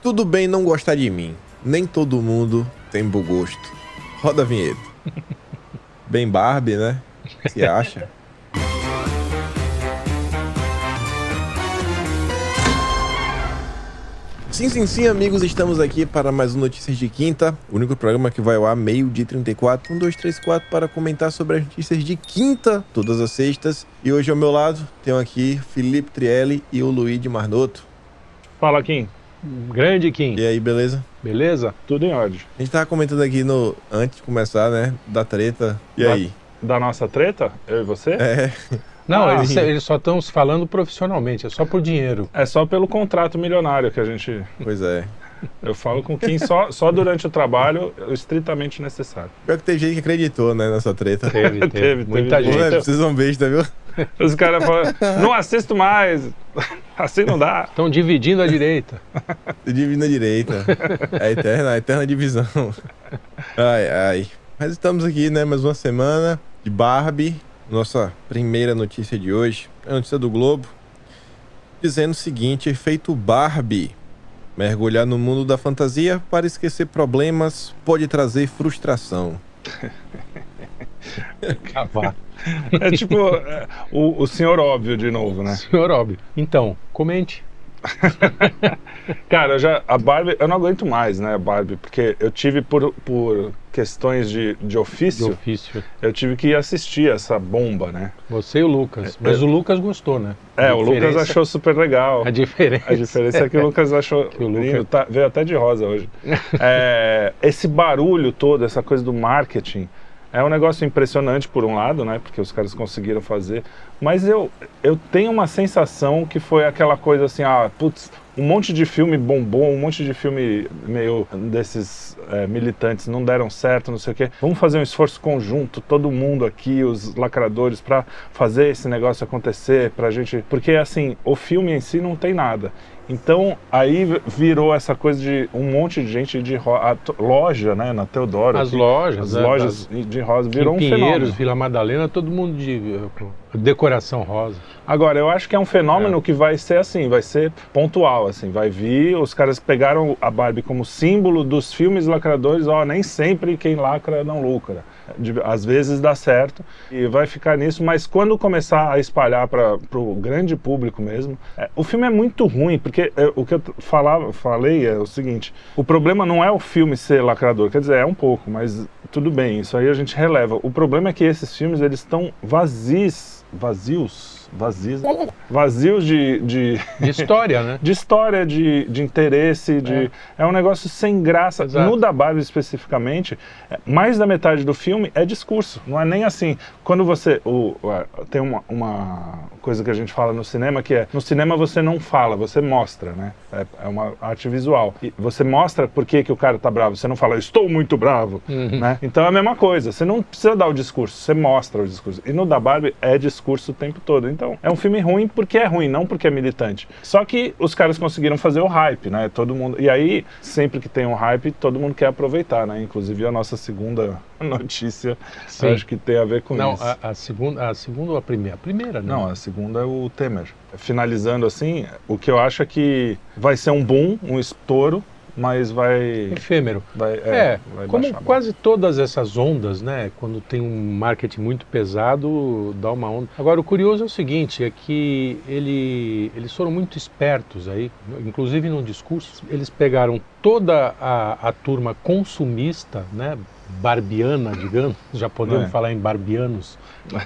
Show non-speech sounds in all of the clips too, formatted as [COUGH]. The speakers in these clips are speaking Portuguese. Tudo bem não gostar de mim. Nem todo mundo tem bom gosto. Roda a vinheta. Bem Barbie, né? Se acha? Sim, sim, sim, amigos, estamos aqui para mais um Notícias de Quinta, o único programa que vai ao ar meio dia 34, 1, 2, 3, 4, para comentar sobre as notícias de quinta, todas as sextas. E hoje ao meu lado tenho aqui Felipe Trielli e o Luigi Marnoto. Fala, Kim. Grande Kim. E aí, beleza? Beleza? Tudo em ordem. A gente tava comentando aqui no antes de começar, né, da treta. E Da- aí? Da nossa treta, eu e você? É, Não, Ah, eles, sim. eles só estão se falando profissionalmente, é só por dinheiro. É só pelo contrato milionário que a gente. pois é. Eu falo com Kim [LAUGHS] só, só durante o trabalho, o estritamente necessário. Pior que tem gente que acreditou, né, nessa treta. Teve, teve. [LAUGHS] Teve, muita teve. Pô, gente. velho, vocês são besta, viu? Os caras falam, não assisto mais, [LAUGHS] assim não dá. Estão dividindo [LAUGHS] a direita. Divina direita. É a eterna, a eterna divisão. Ai, ai. Mas estamos aqui, né? Mais uma semana de Barbie. Nossa primeira notícia de hoje. É a notícia do Globo. Dizendo o seguinte: efeito Barbie. Mergulhar no mundo da fantasia para esquecer problemas pode trazer frustração. Cavalo. É tipo é, o, o senhor óbvio de novo, né? [LAUGHS] Senhor Óbvio. Então, comente. Cara, eu já, a Barbie, eu não aguento mais, né, Barbie? Porque eu tive por, por questões de, de De ofício, ofício. eu tive que assistir essa bomba, né? Você e o Lucas. Mas o Lucas gostou, né? É, A o Lucas diferença- achou super legal. A diferença. A diferença é que o Lucas [LAUGHS] achou o Lucas- lindo, tá- veio até de rosa hoje. É, esse barulho todo, essa coisa do marketing, é um negócio impressionante por um lado, né? Porque os caras conseguiram fazer. Mas eu, eu tenho uma sensação que foi aquela coisa assim, ah, putz, um monte de filme bombou, um monte de filme meio desses é, militantes não deram certo, não sei o quê. Vamos fazer um esforço conjunto, todo mundo aqui, os lacradores, pra fazer esse negócio acontecer, pra gente. Porque assim, o filme em si não tem nada. Então aí vi- virou essa coisa de um monte de gente de ro- a to- loja, né, na Teodoro. As aqui, lojas, as né, lojas das- de rosa virou em um Pinheiros, fenômeno. Vila Madalena, todo mundo de eh, com decoração rosa. Agora, eu acho que é um fenômeno que vai ser assim, vai ser pontual, assim, vai vir, os caras pegaram a Barbie como símbolo dos filmes lacradores, ó, nem sempre quem lacra não lucra. De- às vezes dá certo e vai ficar nisso, mas quando começar a espalhar para o grande público mesmo, é, o filme é muito ruim, porque é, o que eu t- falava, falei é o seguinte, o problema não é o filme ser lacrador, quer dizer, é um pouco, mas tudo bem, isso aí a gente releva. O problema é que esses filmes, eles estão vazios, vazios, vazios, vazios de, de, [LAUGHS] De história, né? de história, de, de interesse, de... É. um negócio sem graça. Exato. No da Barbie, especificamente, é, mais da metade do filme é discurso. Não é nem assim. Quando você... o- ué, tem uma, uma coisa que a gente fala no cinema, que é... No cinema você não fala, você mostra, né? É, é uma arte visual. E você mostra por que, que o cara tá bravo. Você não fala, estou muito bravo, né? Então é a mesma coisa. Você não precisa dar o discurso, você mostra o discurso. E no da Barbie é discurso o tempo todo. Então é um filme ruim porque é ruim, não porque é militante. Só que os caras conseguiram fazer o hype, né? Todo mundo. E aí, sempre que tem um hype, todo mundo quer aproveitar, né? Inclusive a nossa segunda [LAUGHS] notícia, Sim. acho que tem a ver com Não, é- isso. a, a segunda, a segunda ou a primeira? A primeira, né? Não, a segunda é o Temer. Finalizando assim, o que eu acho é que vai ser um boom, um estouro, mas vai. Efêmero. vai É, vai baixar como né? a bola. quase todas essas ondas, né? Quando tem um marketing muito pesado, dá uma onda. Agora, o curioso é o seguinte, é que ele, eles foram muito espertos aí, inclusive no discurso, eles pegaram toda a, a turma consumista, né? Barbiana, digamos, [LAUGHS] já podemos É. falar em barbianos, [LAUGHS]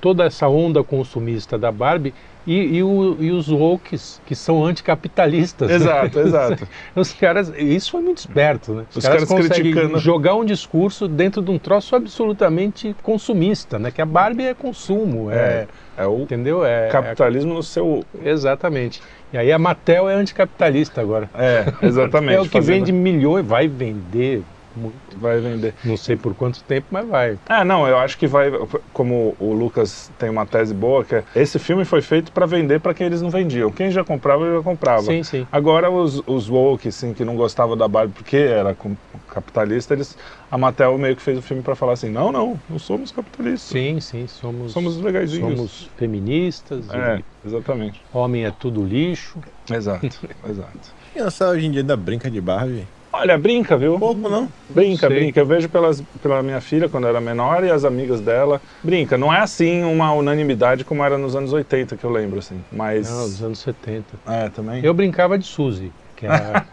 toda essa onda consumista da Barbie e, e o- e os wokes, que são anticapitalistas. né? Exato, exato. [LAUGHS] Os caras, isso foi muito esperto, né? Os, Os caras, caras conseguem criticando. jogar um discurso dentro de um troço absolutamente consumista, né? Que a Barbie é consumo, é, É o entendeu? É, capitalismo no seu. é- exatamente. E aí a Mattel é anticapitalista agora. [LAUGHS] É, exatamente. é o que fazendo- vende milhões, vai vender muito. Vai vender. Não sei por quanto tempo, mas vai. É, não, eu acho que vai. Como o Lucas tem uma tese boa, que é, esse filme foi feito para vender para quem eles não vendiam. Quem já comprava, já comprava. Sim, sim. Agora, os, os woke, assim, que não gostavam da Barbie porque era com- capitalista, eles, a Mattel meio que fez o filme para falar assim: não, não, não somos capitalistas. Sim, sim, somos, Somos legaizinhos. somos feministas, É, e exatamente. homem é tudo lixo. [LAUGHS] Exato, exato. Criança hoje em dia ainda brinca de Barbie. Olha, brinca, viu? Pouco não. Brinca, Sei. brinca. Eu vejo pelas, pela minha filha quando era menor e as amigas dela. Brinca. Não é assim uma unanimidade como era nos anos 80, que eu lembro, assim. Mas. Não, dos anos 70. É, também. Eu brincava de Suzy, que [LAUGHS] era,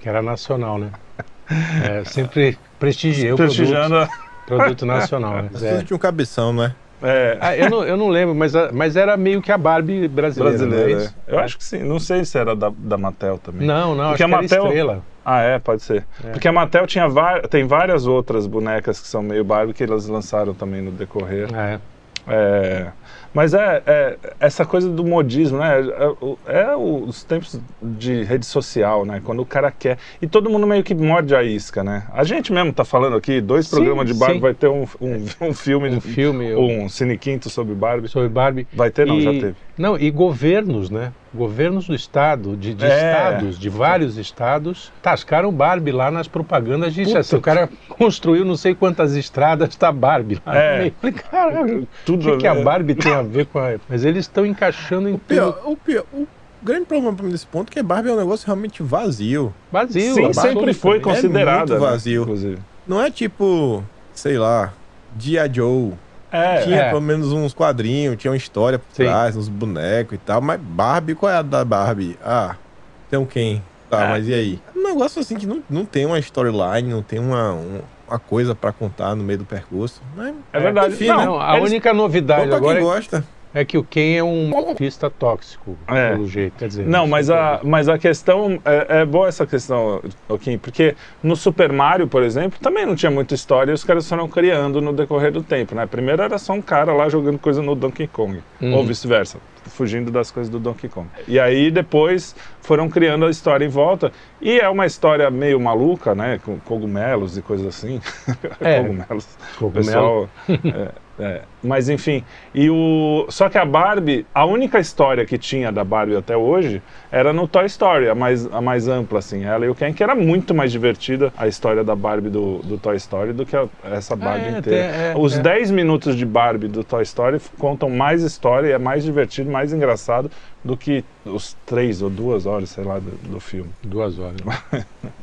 que era nacional, né? É, sempre prestigiei o produto, Prestigiando. a- produto nacional. Né? Mas É. tudo tinha um cabeção, né? [LAUGHS] É. Ah, eu, não, eu não lembro, mas, a- mas era meio que a Barbie brasileira, Brasileira. não é é. isso? Eu acho que sim. Não sei se era da, da Mattel também. Não, não, Porque acho que a era Mattel- estrela. Ah, é, pode ser. É. Porque a Mattel tinha va- tem várias outras bonecas que são meio Barbie que elas lançaram também no decorrer. É. É, mas é, é- essa coisa do modismo, né? É, o- é os tempos de rede social, né? Quando o cara quer. E todo mundo meio que morde a isca, né? A gente mesmo tá falando aqui, dois Sim, programas de Barbie, sim. vai ter um, um, um filme, Um de- filme eu- um Cine Quinto sobre Barbie. sobre Barbie. Vai ter, não, E- já teve. Não, e governos, né? Governos do estado, de, de É. estados, de vários estados, tascaram Barbie lá nas propagandas. Disse assim, o cara construiu não sei quantas estradas, tá Barbie lá. É. Eu falei, caralho, o Tudo que, que a é- Barbie tem a ver com a... Mas eles estão encaixando em tudo. Pior, o, pior, o grande problema pra mim nesse ponto é que Barbie é um negócio realmente vazio. Vazio. Sim, absolutamente. sempre foi com- muito considerada. né? vazio. Inclusive. Não é tipo, sei lá, Dia Joe. É, Tinha é. pelo menos uns quadrinhos, tinha uma história por Sim. trás, uns bonecos e tal. Mas Barbie, qual é a da Barbie? Ah, então quem? Tá, Ah. mas e aí? É Um negócio assim que não, não tem uma storyline, não tem uma, um- uma coisa pra contar no meio do percurso. Mas é verdade. Enfim, não, né? Não, a eles- única bom novidade pra agora quem é- gosta. é que o Ken é um artista tóxico, É. pelo jeito. Quer dizer, né? Não, mas sei a, mas a questão. É, é boa essa questão, Kim, porque no Super Mario, por exemplo, também não tinha muita história e os caras foram criando no decorrer do tempo, né? Primeiro era só um cara lá jogando coisa no Donkey Kong, Uhum. ou vice-versa, fugindo das coisas do Donkey Kong. E aí depois foram criando a história em volta, e é uma história meio maluca, né? Com cogumelos e coisas assim. [LAUGHS] É. cogumelos. O Cogumelo. pessoal. é, é. Mas enfim, e o só que a Barbie, a única história que tinha da Barbie até hoje era no Toy Story, a mais, a mais ampla assim. Ela e o Ken que era muito mais divertida a história da Barbie do, do Toy Story do que a- essa Barbie é, inteira. até- é, Os é. 10 minutos de Barbie do Toy Story f- contam mais história e é mais divertido, mais engraçado do que os três ou duas horas, sei lá, do, do filme. Duas horas.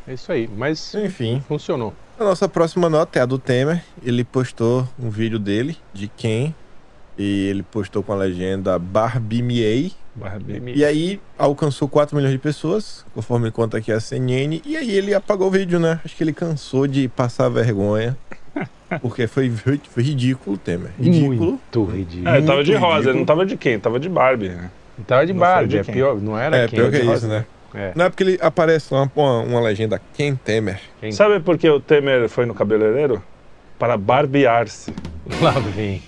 é isso aí, mas Enfim. funcionou. A nossa próxima nota é a do Temer. Ele postou um vídeo dele, de quem, e ele postou com a legenda Barbie Miei. Barbie. E aí alcançou 4 milhões de pessoas, conforme conta aqui a CNN. E aí ele apagou o vídeo, né? Acho que ele cansou de passar [LAUGHS] vergonha. Porque foi, ri- foi ridículo o Temer. Ridículo. Muito ridículo. É, tava de Muito rosa, ridículo. não tava de quem, tava de Barbie, né? Tava de Não sei Barbie, de é quem. pior, não era É, quem pior era que de isso, rosa. né? É. Não é porque ele aparece lá uma, uma legenda Quem Temer. Quem- Sabe por que o Temer foi no cabeleireiro? Para barbear-se. Lá [LAUGHS] vem.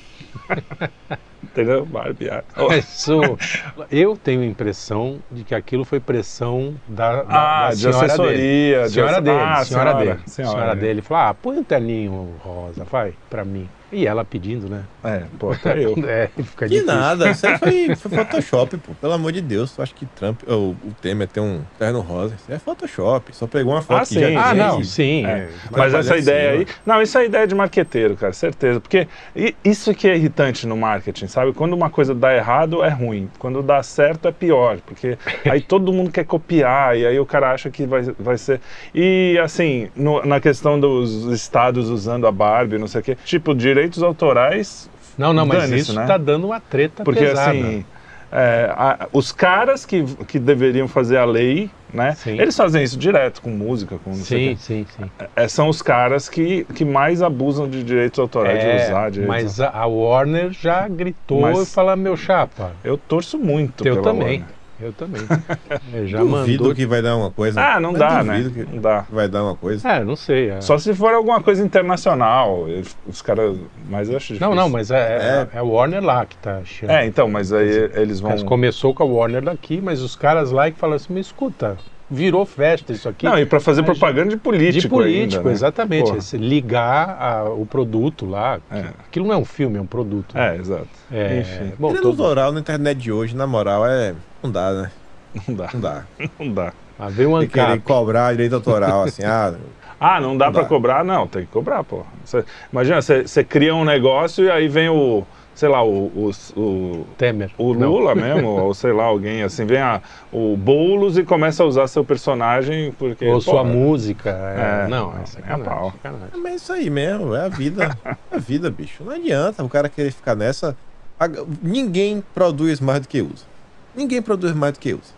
É Entendeu? [LAUGHS] Barbear. Ah, Isso, eu tenho a impressão de que aquilo foi pressão da, da, Ah, da de senhora dele. assessoria. de Senhora ass- dele, Ah, senhora, dele. Senhora, Senhora, dele. Fala, ah, põe um terninho rosa, vai, pra mim. E ela pedindo, né? [LAUGHS] É, pô, até eu. É, fica Que difícil. nada, isso aí foi, foi Photoshop, pô. Pelo amor de Deus, eu acho que Trump, ou o Temer tem um terno rosa. Isso é Photoshop. Só pegou uma foto Ah, que sim. já Ah, existe. não, sim. É. é. Mas Trabalhar essa assim, ideia ó. aí. Não, isso é ideia de marqueteiro, cara, certeza. Porque i- isso que é irritante no marketing, sabe? Quando uma coisa dá errado, é ruim. Quando dá certo, é pior. [LAUGHS] Porque aí todo mundo quer copiar, e aí o cara acha que vai, vai ser. E assim, no- na questão dos estados usando a Barbie, não sei o quê. Tipo, direitos autorais. Não, não, mas dane-se, isso né? tá dando uma treta Porque pesada. assim. é, a- os caras que, que deveriam fazer a lei, né? Sim. Eles fazem isso direto com música, com não sei o Sim, quê. sim, sim. É, são os caras que, que mais abusam de direitos autorais, de É, usar direitos mas a, a Warner já gritou Mas- e falou, meu chapa, Eu torço muito eu pela também, Warner. [LAUGHS] eu também. É, já Duvido mandou. que vai dar uma coisa. Ah, não Mas dá, né? duvido que- Não dá. que vai dar uma coisa. É, não sei. é. Só se for alguma coisa internacional, eu- os caras... Mas eu acho difícil. Não, não, mas é, é, é a Warner lá que tá achando. É, então, mas aí eles vão... Mas começou com a Warner daqui, mas os caras lá que falaram assim, me escuta, virou festa isso aqui. Não, e para fazer Mas- propaganda de político. de político, ainda, né? exatamente. Porra. Esse ligar a- o produto lá. É. que- Aquilo não é um filme, é um produto. É, exato. [LAUGHS] É, Enfim. Bom, Querendo todo- oral na internet de hoje, na moral, é. Não dá, né? Não dá, Não dá. não dá. ah, veio um Tem que querer ANCAP. cobrar direito autoral, assim, ah, Ah, não dá Não pra dá. cobrar? Não, tem que cobrar, pô. Cê- imagina, você cria um negócio e aí vem o, sei lá, o, o, o, Temer. o Não. Lula mesmo, ou sei lá, alguém assim, vem a, o Boulos e começa a usar seu personagem porque... Ou pô, sua música. é, né? É, não, não, é nem a sacanagem. pau. sacanagem. Mas é isso aí mesmo, é a vida. É a vida, bicho. Não adianta o cara querer ficar nessa. A- Ninguém produz mais do que usa. Ninguém produz mais do que usa.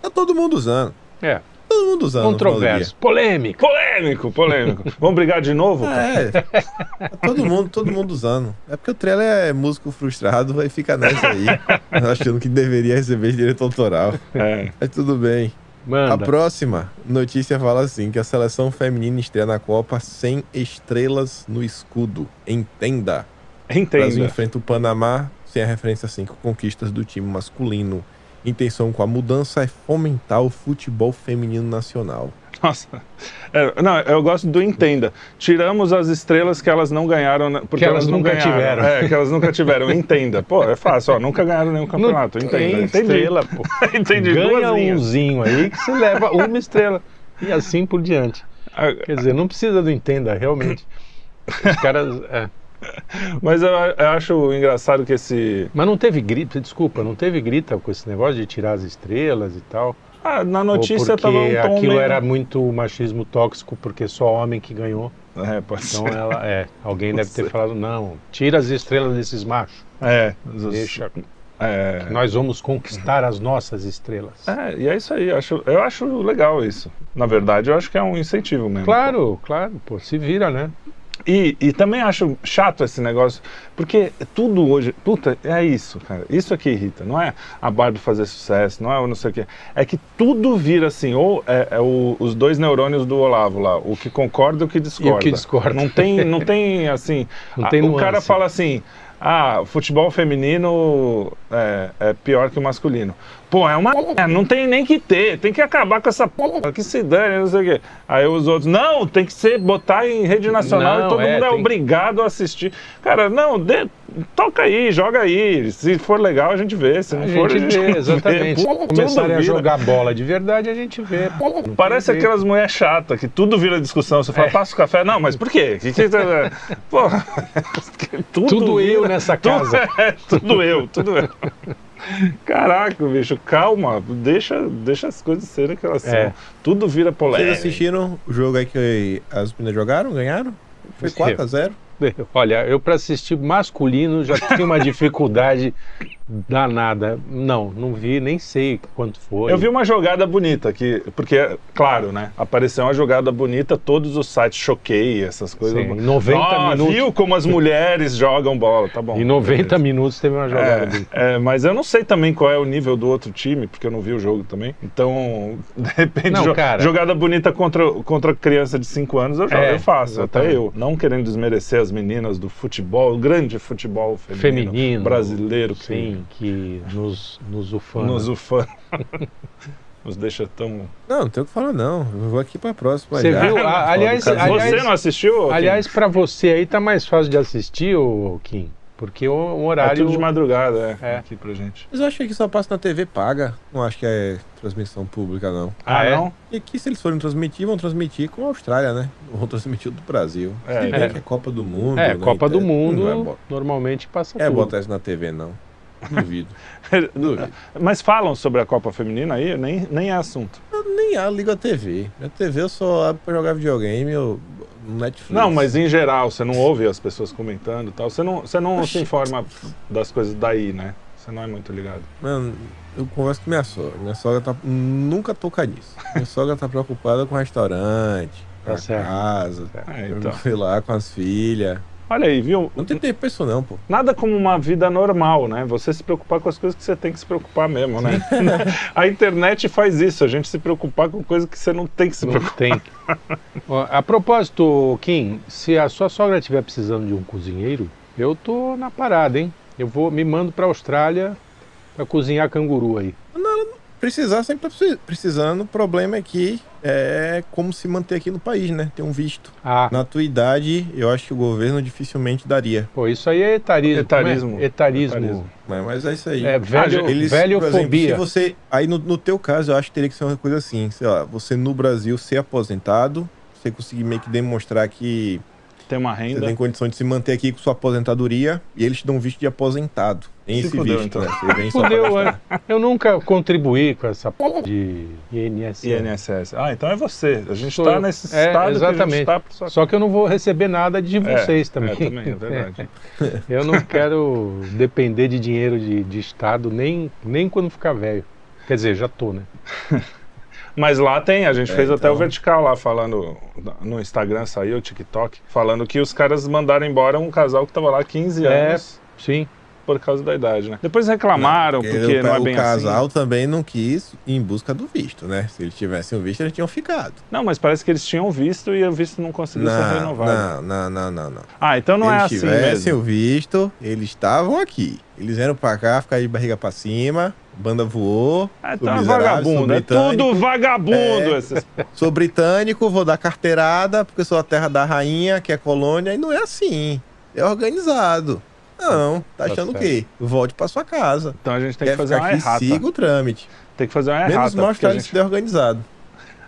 Tá todo mundo usando. É, Todo mundo usando. no final do controverso, polêmico. Polêmico, polêmico. Vamos brigar de novo? dia. [LAUGHS] É. Tá todo mundo, todo mundo usando. É porque o trailer é músico frustrado, vai ficar nessa aí, [LAUGHS] achando que deveria receber direito autoral. É. Mas tudo bem. A Manda. próxima notícia fala assim: que a seleção feminina estreia na Copa sem estrelas no escudo. Entenda. O Brasil né? Entenda. enfrenta o Panamá sem a referência a cinco conquistas do time masculino. Intenção com a mudança é fomentar o futebol feminino nacional. Nossa. É, não, eu gosto do entenda. Tiramos as estrelas que elas não ganharam. né, Porque Que elas não nunca ganharam. tiveram. É, que elas nunca tiveram. Entenda. Pô, é fácil, ó. Nunca ganharam nenhum campeonato. Não Entenda. tem Entendi. estrela, pô. [LAUGHS] Entendi. Ganha um Duas linhas. umzinho aí que você leva uma estrela. E assim por diante. Ah, Quer dizer, não precisa do Entenda, realmente. Os caras. é. Mas eu, eu acho engraçado que esse. Mas não teve grita, desculpa, não teve grita com esse negócio de tirar as estrelas e tal. Ah, na Ou notícia porque tava um tom. aquilo meio- era muito machismo tóxico, porque só homem que ganhou. [LAUGHS] É, pode Então ser. ela é. Alguém Não deve ter sei. falado, não, tira as estrelas desses machos. É. Deixa. É. Nós vamos conquistar as nossas estrelas. É, e é isso aí, eu acho, eu acho legal isso. Na verdade, eu acho que é um incentivo mesmo. Claro, claro, pô, se vira, né? E, e também acho chato esse negócio, porque tudo hoje. Puta, é isso, cara. Isso aqui irrita. Não é a Barbie fazer sucesso, não é o não sei o quê. É que tudo vira assim, ou é, é o- os dois neurônios do Olavo lá, o que concorda e o que discorda. E o que discorda. Não tem, [LAUGHS] não tem assim. Não a- tem o cara nuance. fala assim. Ah, o futebol feminino é, é pior que o masculino. Pô, é uma. é, não tem nem que ter, tem que acabar com essa porra, que se dane, não sei o quê. Aí os outros, não, tem que ser, botar em rede nacional nacional Não, e todo é, mundo é tem- obrigado a assistir. Cara, não, dê- toca aí, joga aí. Se for legal, a gente vê. Se não A for, gente não vê, exatamente. Pô, Começarem tudo a vira. jogar bola de verdade, a gente vê. pô, não tem Parece jeito. aquelas mulheres chatas que tudo vira discussão. Você É. fala, passa o café. Não, mas por quê? Que que- [LAUGHS] Porra, tudo, Tudo eu vira- nessa tudo- casa. [LAUGHS] é, tudo eu, tudo eu. Caraca, bicho, calma. Deixa, deixa as coisas serem que elas são. É. Tudo vira né? Vocês polêmica. assistiram o jogo aí que as meninas jogaram? Ganharam? Foi Sim. 4x0. [LAUGHS] Olha, eu para assistir masculino já tinha uma dificuldade danada. Não, não vi, nem sei quanto foi. Eu vi uma jogada bonita que, porque, claro, né? Apareceu uma jogada bonita, todos os sites choquei, essas coisas. Sim, 90 Ah, minutos. Viu como as mulheres [LAUGHS] jogam bola, tá bom. Em 90 minutos teve uma jogada. é, bonita. é, mas eu não sei também qual é o nível do outro time, porque eu não vi o jogo também. Então, [LAUGHS] de repente, Não, jo- cara. jogada bonita contra, contra criança de 5 anos, eu, jogo, É, eu faço, exatamente. até eu. Não querendo desmerecer as meninas do futebol, o grande futebol feminino, Feminino. brasileiro, que Sim, né? que nos, nos ufana. nos ufana, [LAUGHS] nos deixa tão Não, não tem o que falar, não. Eu vou aqui pra próxima. Você já. viu? Fala A- do aliás- caso. aliás- você não assistiu? Kim? Aliás, para você aí tá mais fácil de assistir, ô Kim, porque o, o é horário. tudo de madrugada, é, É. aqui pra gente. Mas eu achei que só passa na TV paga. Não acho que é transmissão pública, não. Ah, é? não? E aqui, se eles forem transmitir, vão transmitir com a Austrália, né? Não vão transmitir do Brasil. É, Se bem é. que é Copa do Mundo. É, né? Copa do Então, Mundo Não é bom. normalmente passa É tudo. botar isso na TV, não. Duvido. Duvido. Mas falam sobre a Copa Feminina aí, nem, nem é assunto. Nem a ligo a TV. A TV eu só abro pra jogar videogame ou no Netflix. Não, mas em geral, você não ouve as pessoas comentando e tal. Você não, você não Oxi. se informa das coisas daí, né? Você não é muito ligado. Mano, eu converso com minha sogra. Minha sogra tá... nunca toca nisso. Minha sogra tá preocupada com restaurante, com Tá a certo. casa, É, então. sei lá, com as filhas. Olha aí, viu? Não tem tempo pra isso, não, pô. Nada como uma vida normal, né? Você se preocupar com as coisas que você tem que se preocupar mesmo, né? [LAUGHS] a internet faz isso, a gente se preocupar com coisas que você não tem que se Não preocupar. tem. Ó, A propósito, Kim, se a sua sogra estiver precisando de um cozinheiro, eu tô na parada, hein? Eu vou, me mando pra Austrália pra cozinhar canguru aí. precisar sempre tá precisando. O problema é que é como se manter aqui no país, né? Ter um visto. Ah, Na tua idade, eu acho que o governo dificilmente daria. pô, isso aí é etarismo. como é? Etarismo. Etarismo. Etarismo. Mas, mas é isso aí. É velho, Ah, Eles, Por velhofobia. exemplo, se você, aí no, no teu caso, eu acho que teria que ser uma coisa assim, sei lá, você no Brasil ser aposentado, você conseguir meio que demonstrar que Tem uma você renda. tem condição de se manter aqui com sua aposentadoria e eles te dão um visto de aposentado. Tem Se esse fudeu, visto, então. né? Você vem só pra Fudeu, gastar. é. eu nunca contribuí com essa p de INSS. INSS. Ah, então é você. A gente Sou está eu. nesse É, estado que a exatamente. gente tá por sua Só que eu não vou receber nada de vocês também. É, [LAUGHS] também, é [LAUGHS] verdade. Eu não quero depender de dinheiro de, de Estado nem, nem quando ficar velho. Quer dizer, já tô, né? Mas lá tem, a gente É, fez até então. o vertical lá falando no Instagram, saiu o TikTok, falando que os caras mandaram embora um casal que tava lá há 15 É. anos Sim. por causa da idade, né? Depois reclamaram porque o, não é o bem casal assim. também não quis ir em busca do visto, né? Se eles tivessem o visto, eles tinham ficado. Não, mas parece que eles tinham visto e o visto não conseguiu ser Não, renovado. não, não, não, não, não. Ah, então não eles é assim tivessem mesmo. o visto, eles estavam aqui. Eles vieram pra cá, ficaram de barriga pra cima, banda voou. sou Ah, então é miserável, vagabundo, sou é britânico. tudo vagabundo. É. esses- Sou britânico, vou dar carteirada, porque sou a terra da rainha, que é colônia, e não é assim. É organizado. Não, tá Tá achando o certo. quê? Volte pra sua casa. Então a gente tem Quer que fazer ficar uma aqui, errata. siga o trâmite. Tem que fazer uma errata. Menos mal porque estar a gente... gente, se organizado. [LAUGHS]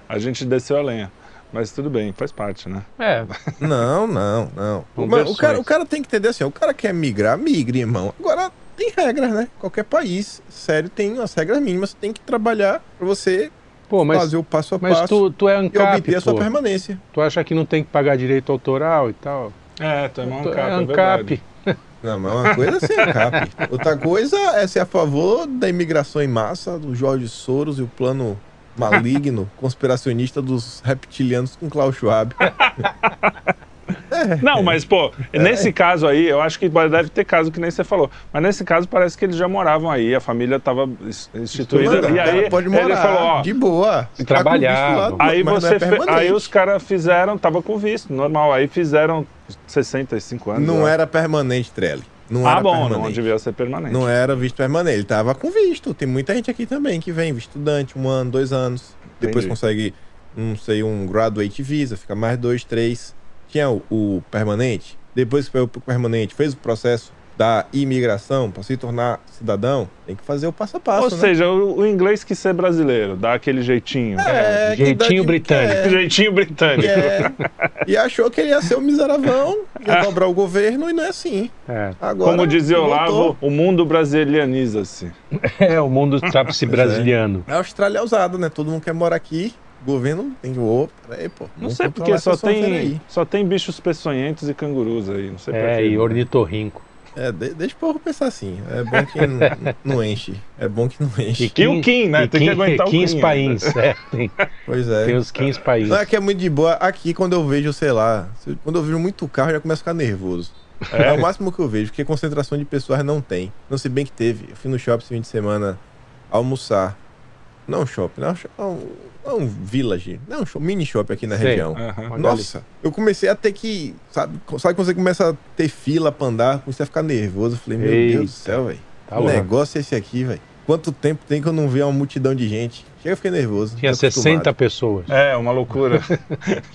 a gente desceu a lenha. Mas tudo bem, faz parte, né? É, Não, não, não. Não Mas deu o, cara, certo. o cara tem que entender assim, o cara quer migrar, migre, irmão. Agora, tem regras, né? Qualquer país sério tem umas regras mínimas, você tem que trabalhar pra você pô, mas, fazer o passo a mas passo tu, tu é e obter ANCAP, a sua pô. permanência. Tu acha que não tem que pagar direito autoral e tal? É, tu é mal Tu ANCAP, é um verdade. ANCAP. Não, mas uma coisa é ser a [LAUGHS] CAP. Outra coisa é ser a favor da imigração em massa do Jorge Soros e o plano [LAUGHS] maligno, conspiracionista dos reptilianos com Klaus Schwab. É, Não, [LAUGHS] mas, pô, nesse caso aí, eu acho que deve ter caso que nem você falou. Mas nesse caso, parece que eles já moravam aí, a família estava instituída. Mano, e o cara aí pode ele morar, falou, ó. de boa. Tá com o trabalhar, visto lá, mano. Aí, mas não é você fe- aí permanente. os caras fizeram, tava com visto, normal. Aí fizeram 65 anos. eu Não acho. era permanente, Trelli. Não Ah, era bom, não permanente. devia ser permanente. Não é era visto permanente. Ele tava com visto. Tem muita gente aqui também que vem, visto estudante, um ano, dois anos. Depois Entendi. consegue, não sei, um graduate visa, fica mais dois, três. Tinha o, o permanente. Depois que foi pro permanente, fez o processo da imigração para se tornar cidadão, tem que fazer o passo a passo. Ou né? seja, o, o inglês que ser brasileiro, dá aquele jeitinho. É, que jeitinho dá de- britânico. é, Jeitinho britânico. é. e achou que ele ia ser o miseravão, ia dobrar o governo e não é assim. É. Agora, Como dizia voltou. Olavo, o mundo brasilianiza-se. É, o mundo está se brasiliano. A Austrália é usada, né? Todo mundo quer morar aqui. Governo tem que. Ô, peraí, pô. Não vamos sei porque controlar só tá essa fronteira aí. tem, só tem bichos peçonhentos e cangurus aí. Não sei pra É, quê. e ornitorrinco. É, de- deixa o povo pensar assim. É bom que n- [LAUGHS] não enche. É bom que não enche. E o Kim, né? e Tem que aguentar o Kim, 15 né? países. É, tem, Pois tem é. os 15 países. Não é que é muito de boa. Aqui, quando eu vejo, sei lá. se eu- Quando eu vejo muito carro, eu já começo a ficar nervoso. É, o máximo que eu vejo, porque concentração de pessoas não tem. Não se bem que teve. Eu fui no shopping esse fim de semana almoçar. Não um shopping, não é um sho- é um, é um village. Não, é um sho- mini shopping aqui na Sei. região. Aham. Olha Nossa, eu comecei a ter que. Sabe, sabe quando você começa a ter fila pra andar? Comecei a ficar nervoso. Eu falei, meu Eita. Deus do céu, velho. Tá o louco. negócio é esse aqui, velho. Quanto tempo tem que eu não vejo uma multidão de gente? Chega, eu fiquei nervoso. Tinha tô acostumado. 60 pessoas. É, [LAUGHS] uma loucura.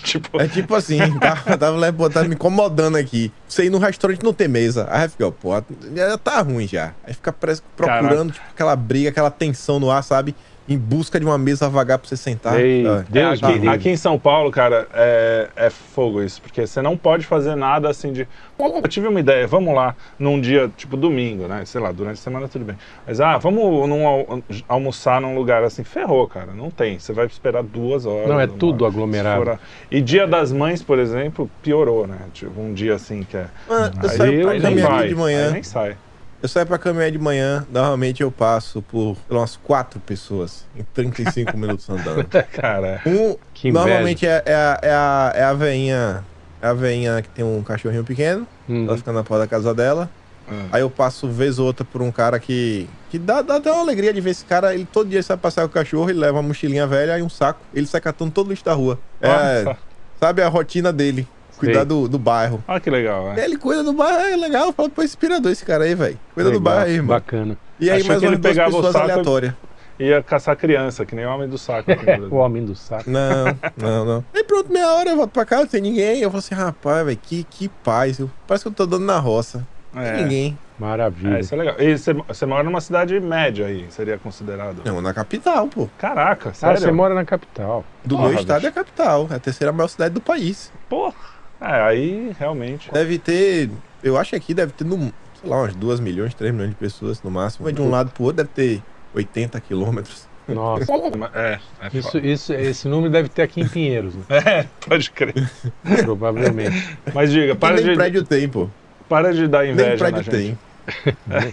tipo, É tipo assim, tava, tava, lá, pô, tava me incomodando aqui. Você ir no restaurante não ter mesa. Aí fica, pô, já tá ruim já. Aí fica parece, procurando tipo, aquela briga, aquela tensão no ar, sabe? Em busca de uma mesa vagar pra você sentar. Ei, Ah, Deus tá ruim. aqui, me livre. aqui em São Paulo, cara, é, é fogo isso. Porque você não pode fazer nada assim de. "Pô, Eu tive uma ideia, vamos lá, num dia, tipo domingo, né? Sei lá, durante a semana tudo bem. Mas, ah, vamos num al- almoçar num lugar assim. Ferrou, cara, não tem. Você vai esperar duas horas. Não, é uma tudo hora. aglomerado. Se for a- E Dia das Mães, por exemplo, piorou, né? Tipo, um dia assim que é. Mano, eu Aí saio pra eu nem caminhar vai, aqui de manhã. aí nem sai. [LAUGHS] Eu saio pra caminhar de manhã, normalmente eu passo por umas quatro pessoas em [LAUGHS] 35 minutos andando. Cara, Um, Que inveja. normalmente é, é a, é, a, é a veinha, é a veinha que tem um cachorrinho pequeno, Hum. ela fica na porta da casa dela. Ah. Hum. Aí eu passo vez ou outra por um cara que, que dá, dá até uma alegria de ver esse cara, ele todo dia ele sai passear com o cachorro, ele leva uma mochilinha velha e um saco, ele sai catando todo o lixo da rua. É, Nossa. sabe a rotina dele, cuidar Sei. do, do bairro. olha que legal, né? Ele cuida do bairro, é legal, fala, pô, inspirador esse cara aí, velho. Cuida Legal, do bairro aí, irmão. Bacana. E aí, Achei mais que ou menos ele duas pegava o pessoas saco e- aleatórias. ia caçar criança, que nem o homem do saco. aqui né? no [LAUGHS] Brasil. O homem do saco. Não, não, não. [LAUGHS] Aí pronto, meia hora eu volto pra casa, não tem ninguém. Eu falo assim, rapaz, velho, que, que paz. Eu, parece que eu tô dando na roça. Não tem É. ninguém. Maravilha. É, isso é legal. E você, você mora numa cidade média aí, seria considerado. Não, na capital, pô. Caraca, Ah, sério? você mora na capital. Do Porra, meu estado bicho. é a capital. É a terceira maior cidade do país. Porra. É, aí realmente. Deve ter, eu acho que aqui deve ter, no, sei lá, umas 2 milhões, 3 milhões de pessoas no máximo. Mas de um lado pro outro deve ter 80 [LAUGHS] quilômetros. Nossa. É, é Isso, foda. isso, esse número deve ter aqui em Pinheiros, né? [LAUGHS] É, pode crer. provavelmente. Mas diga, E para nem de, prédio tem, pô. para de dar Nem inveja na prédio gente. tem.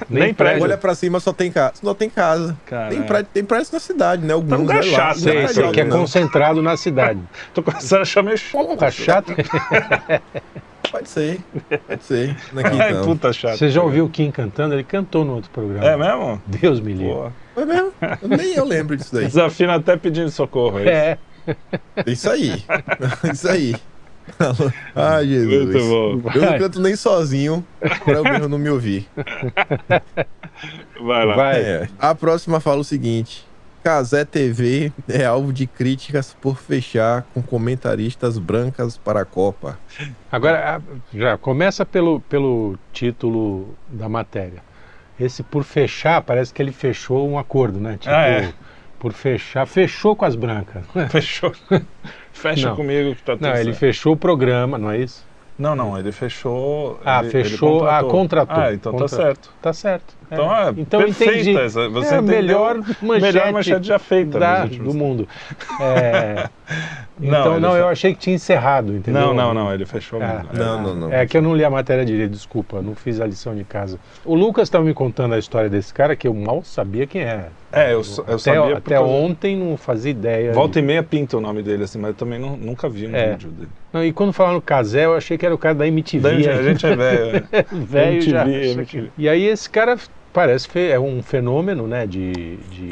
Nem prédio. Olha pra cima, só tem casa. Só tem casa. Cara, é. Tem prédio, tem prédio na cidade, né? O Tá um Guns é lá. gachaço, Não é hein? Sei, prédio, sei, que é não. concentrado na cidade. tô começando a achar meio chato. Tá chato? Pode ser. Pode ser. Aqui [LAUGHS] Ai, não. puta chato. Você já ouviu o Kim cantando? Ele cantou no outro programa. É mesmo? Deus me livre. Pô, Foi mesmo? Nem eu lembro disso daí. desafina até pedindo socorro. É. isso. Isso É, aí. É Isso aí. Ai, Jesus. Muito bom. Eu não canto nem sozinho pra o mesmo não me ouvir. Vai lá. vai. É. A próxima fala o seguinte: Casé TV é alvo de críticas por fechar com comentaristas brancas para a Copa. Agora, a- já começa pelo, pelo título da matéria. Esse por fechar, parece que ele fechou um acordo, né? Tipo, Ah, é. por fechar, fechou com as brancas. [LAUGHS] Fechou. Fecha Não. comigo que tá tudo Não, ele certo. fechou o programa, não é isso? Não, não, ele fechou. Ah, ele- fechou- ele ah, contratou. Ah, então Contratou. tá certo. Tá certo. Então, é, Então, perfeita entendi. essa- você é a entendeu melhor manchete, Melhor manchete já feita. da- nos últimos do mundo. [LAUGHS] É, Não, então, ele não, fe- eu achei que tinha encerrado, entendeu? Não, não, não, ele fechou Ah, mesmo. Não, não, não. É que eu não li a matéria direito, desculpa, não fiz a lição de casa. O Lucas estava me contando a história desse cara que eu mal sabia quem era. É, eu, sa- eu até sabia por até causa- ontem não fazia ideia. Volta e meia pinta o nome dele, assim, mas eu também nu- nunca vi um É. vídeo dele. Não, e quando falaram Casé, eu achei que era o cara da MTV. Daí, a gente é velho. né? [LAUGHS] velho já. MTV, acha MTV. que- E aí esse cara f- parece que é um fenômeno, né, de, de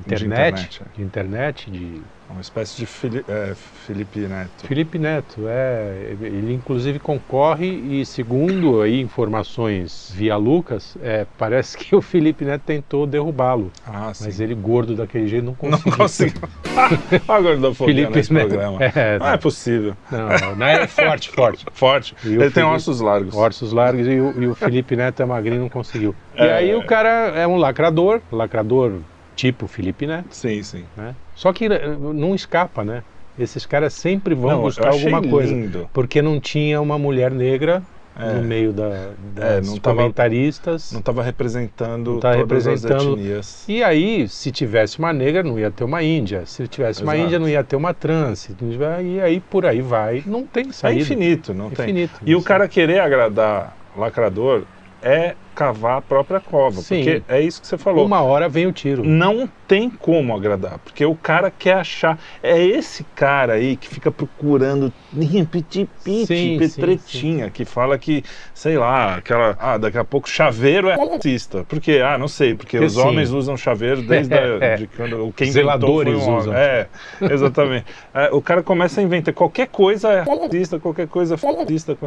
É, internet, internet, é. de internet, de Uma espécie de Fili- é, Felipe Neto. Felipe Neto, é, ele inclusive concorre e segundo aí informações via Lucas, é, parece que o Felipe Neto tentou derrubá-lo, Ah, sim. mas ele gordo daquele jeito não Não conseguiu. conseguiu. [LAUGHS] Olha a gordofobia Felipe nesse Neto. programa. É, Não é possível. não, não, é forte, forte. Forte. E o ele tem Felipe- ossos largos. Orços largos e o, e o Felipe Neto é magrinho não conseguiu. E É. aí o cara é um lacrador, lacrador tipo Felipe Neto, Sim, sim. né? Só que eh, não escapa, né? Esses caras sempre vão Não, eu buscar achei alguma coisa. lindo. Porque não tinha uma mulher negra É. no meio da, É, das não tava- comentaristas. Não estava representando Não tava todas as representando. etnias. E aí, se tivesse uma negra, não ia ter uma índia. Se tivesse uma Exato. índia, não ia ter uma trans. Se não tiver- E aí, por aí vai. Não tem É saída. infinito, não tem. Tá Infinito. E o cara querer agradar lacrador é cavar a própria cova, Sim. porque é isso que você falou. Uma hora vem o tiro. Não tem como agradar, porque o cara quer achar. É esse cara aí que fica procurando Sim, piti-piti, sim, petretinha, que fala que, sei lá, aquela. Ah, daqui a pouco chaveiro é artista. Porque, ah, não sei, porque Porque os sim. homens usam chaveiro desde a, [LAUGHS] É. de quando quem Zeladores inventou foi um homem. usam. É, exatamente. É, o cara começa a inventar. Qualquer coisa é artista, qualquer coisa é artista.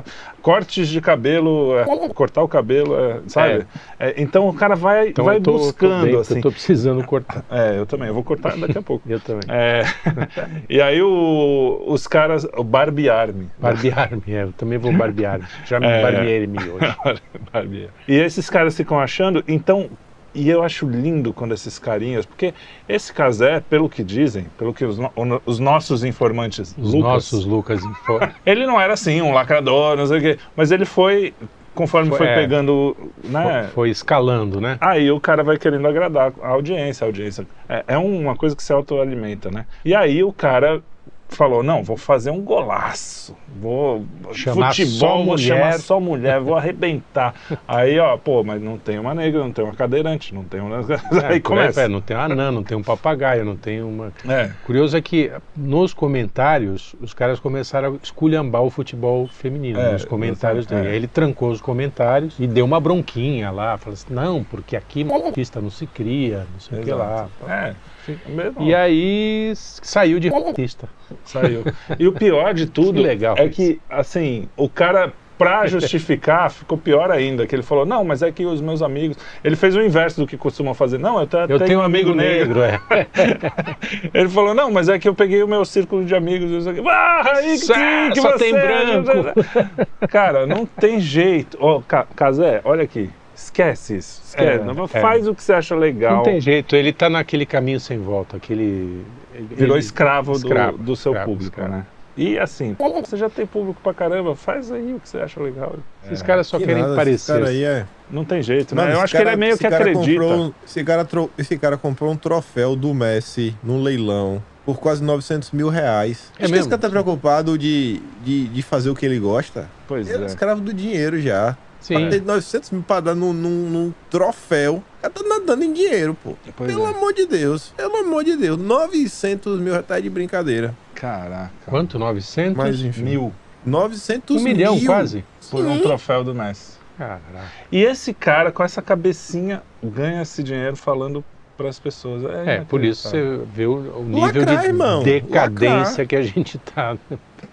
Cortes de cabelo, é, cortar o cabelo, é, sabe? É, então o cara vai, Então vai eu tô, buscando, tô bem, assim. Eu tô precisando cortar. É, eu também, eu vou cortar daqui a pouco. Eu também. É, [LAUGHS] e aí o- os caras, o Barbie Army. [LAUGHS] Barbear-me, é, eu também vou barbear. Já me É. barbeei-me [LAUGHS] hoje. Barbie. E esses caras ficam achando, então, e eu acho lindo quando esses carinhas, porque esse casé, pelo que dizem, pelo que os, no- o- os nossos informantes, Os Lucas, nossos Lucas Info. ele não era assim, um lacrador, não sei o quê, mas ele foi, conforme Foi, foi, é. pegando, né, foi escalando, né? Aí o cara vai querendo agradar a audiência, a audiência. É, é uma coisa que se autoalimenta, né? E aí o cara falou: não, vou fazer um golaço. Vou. Chamar futebol, só vou mulher. chamar só mulher, vou [LAUGHS] arrebentar. aí, ó, pô, mas não tem uma negra, não tem uma cadeirante, não tem uma. [LAUGHS] aí É, por aí vai, começa. não tem um anã, não tem um papagaio, não tem uma. É, Curioso é que nos comentários os caras começaram a esculhambar o futebol feminino É, nos comentários exatamente, dele. é. Aí ele trancou os comentários e deu uma bronquinha lá, falou assim: "Não, porque aqui artista não se cria, não sei o que lá". exato. É, fica mesmo. E aí s- saiu de artista. Saiu. E o pior de tudo Que legal é isso. que, assim, o cara para justificar, [LAUGHS] ficou pior ainda, que ele falou, não, mas é que os meus amigos... Ele fez o inverso do que costumam fazer. Não, eu, te- Eu tenho um amigo negro, é. [LAUGHS] Ele falou, não, mas é que eu peguei o meu círculo de amigos. não sei o quê. Ah, aí Só- sim, que só você tem é- branco. Cara, não tem jeito. Ó, Ca- Cazé, olha aqui. Esquece isso. Esquece. É, Não, é. Faz o que você acha legal. [LAUGHS] Não tem jeito, ele tá naquele caminho sem volta, aquele... ele- Virou ele- escravo, do- Escravo, do, seu escravo, público, escravo. né? E assim, pô, você já tem público pra caramba, faz aí o que você acha legal. Esses caras só é. Que querem nada, esse parecer. cara aí é... Não tem jeito, Mano, né? Eu esse acho que cara- ele é meio esse que cara acredita. comprou um- esse, cara tro- esse cara comprou um troféu do Messi num leilão por quase 900 mil reais. É acho que esse mesmo? cara tá preocupado de, de, de fazer o que ele gosta. Pois Ele é um é. escravo do dinheiro já. Sim. Tem 900 mil pra dar num, num- num troféu. O cara tá nadando em dinheiro, pô. Pois pelo é. amor de Deus. Pelo amor de Deus. 900 mil reais tá de brincadeira. Caraca. Quanto? Um 900? Mas enfim. Mil 900 um milhão, mil. quase. por um Sim. troféu do Messi. Caraca. E esse cara, com essa cabecinha, ganha esse dinheiro falando pras pessoas. É, por isso inacreditável. você vê o, o nível Lacrar, de irmão, decadência que a gente tá.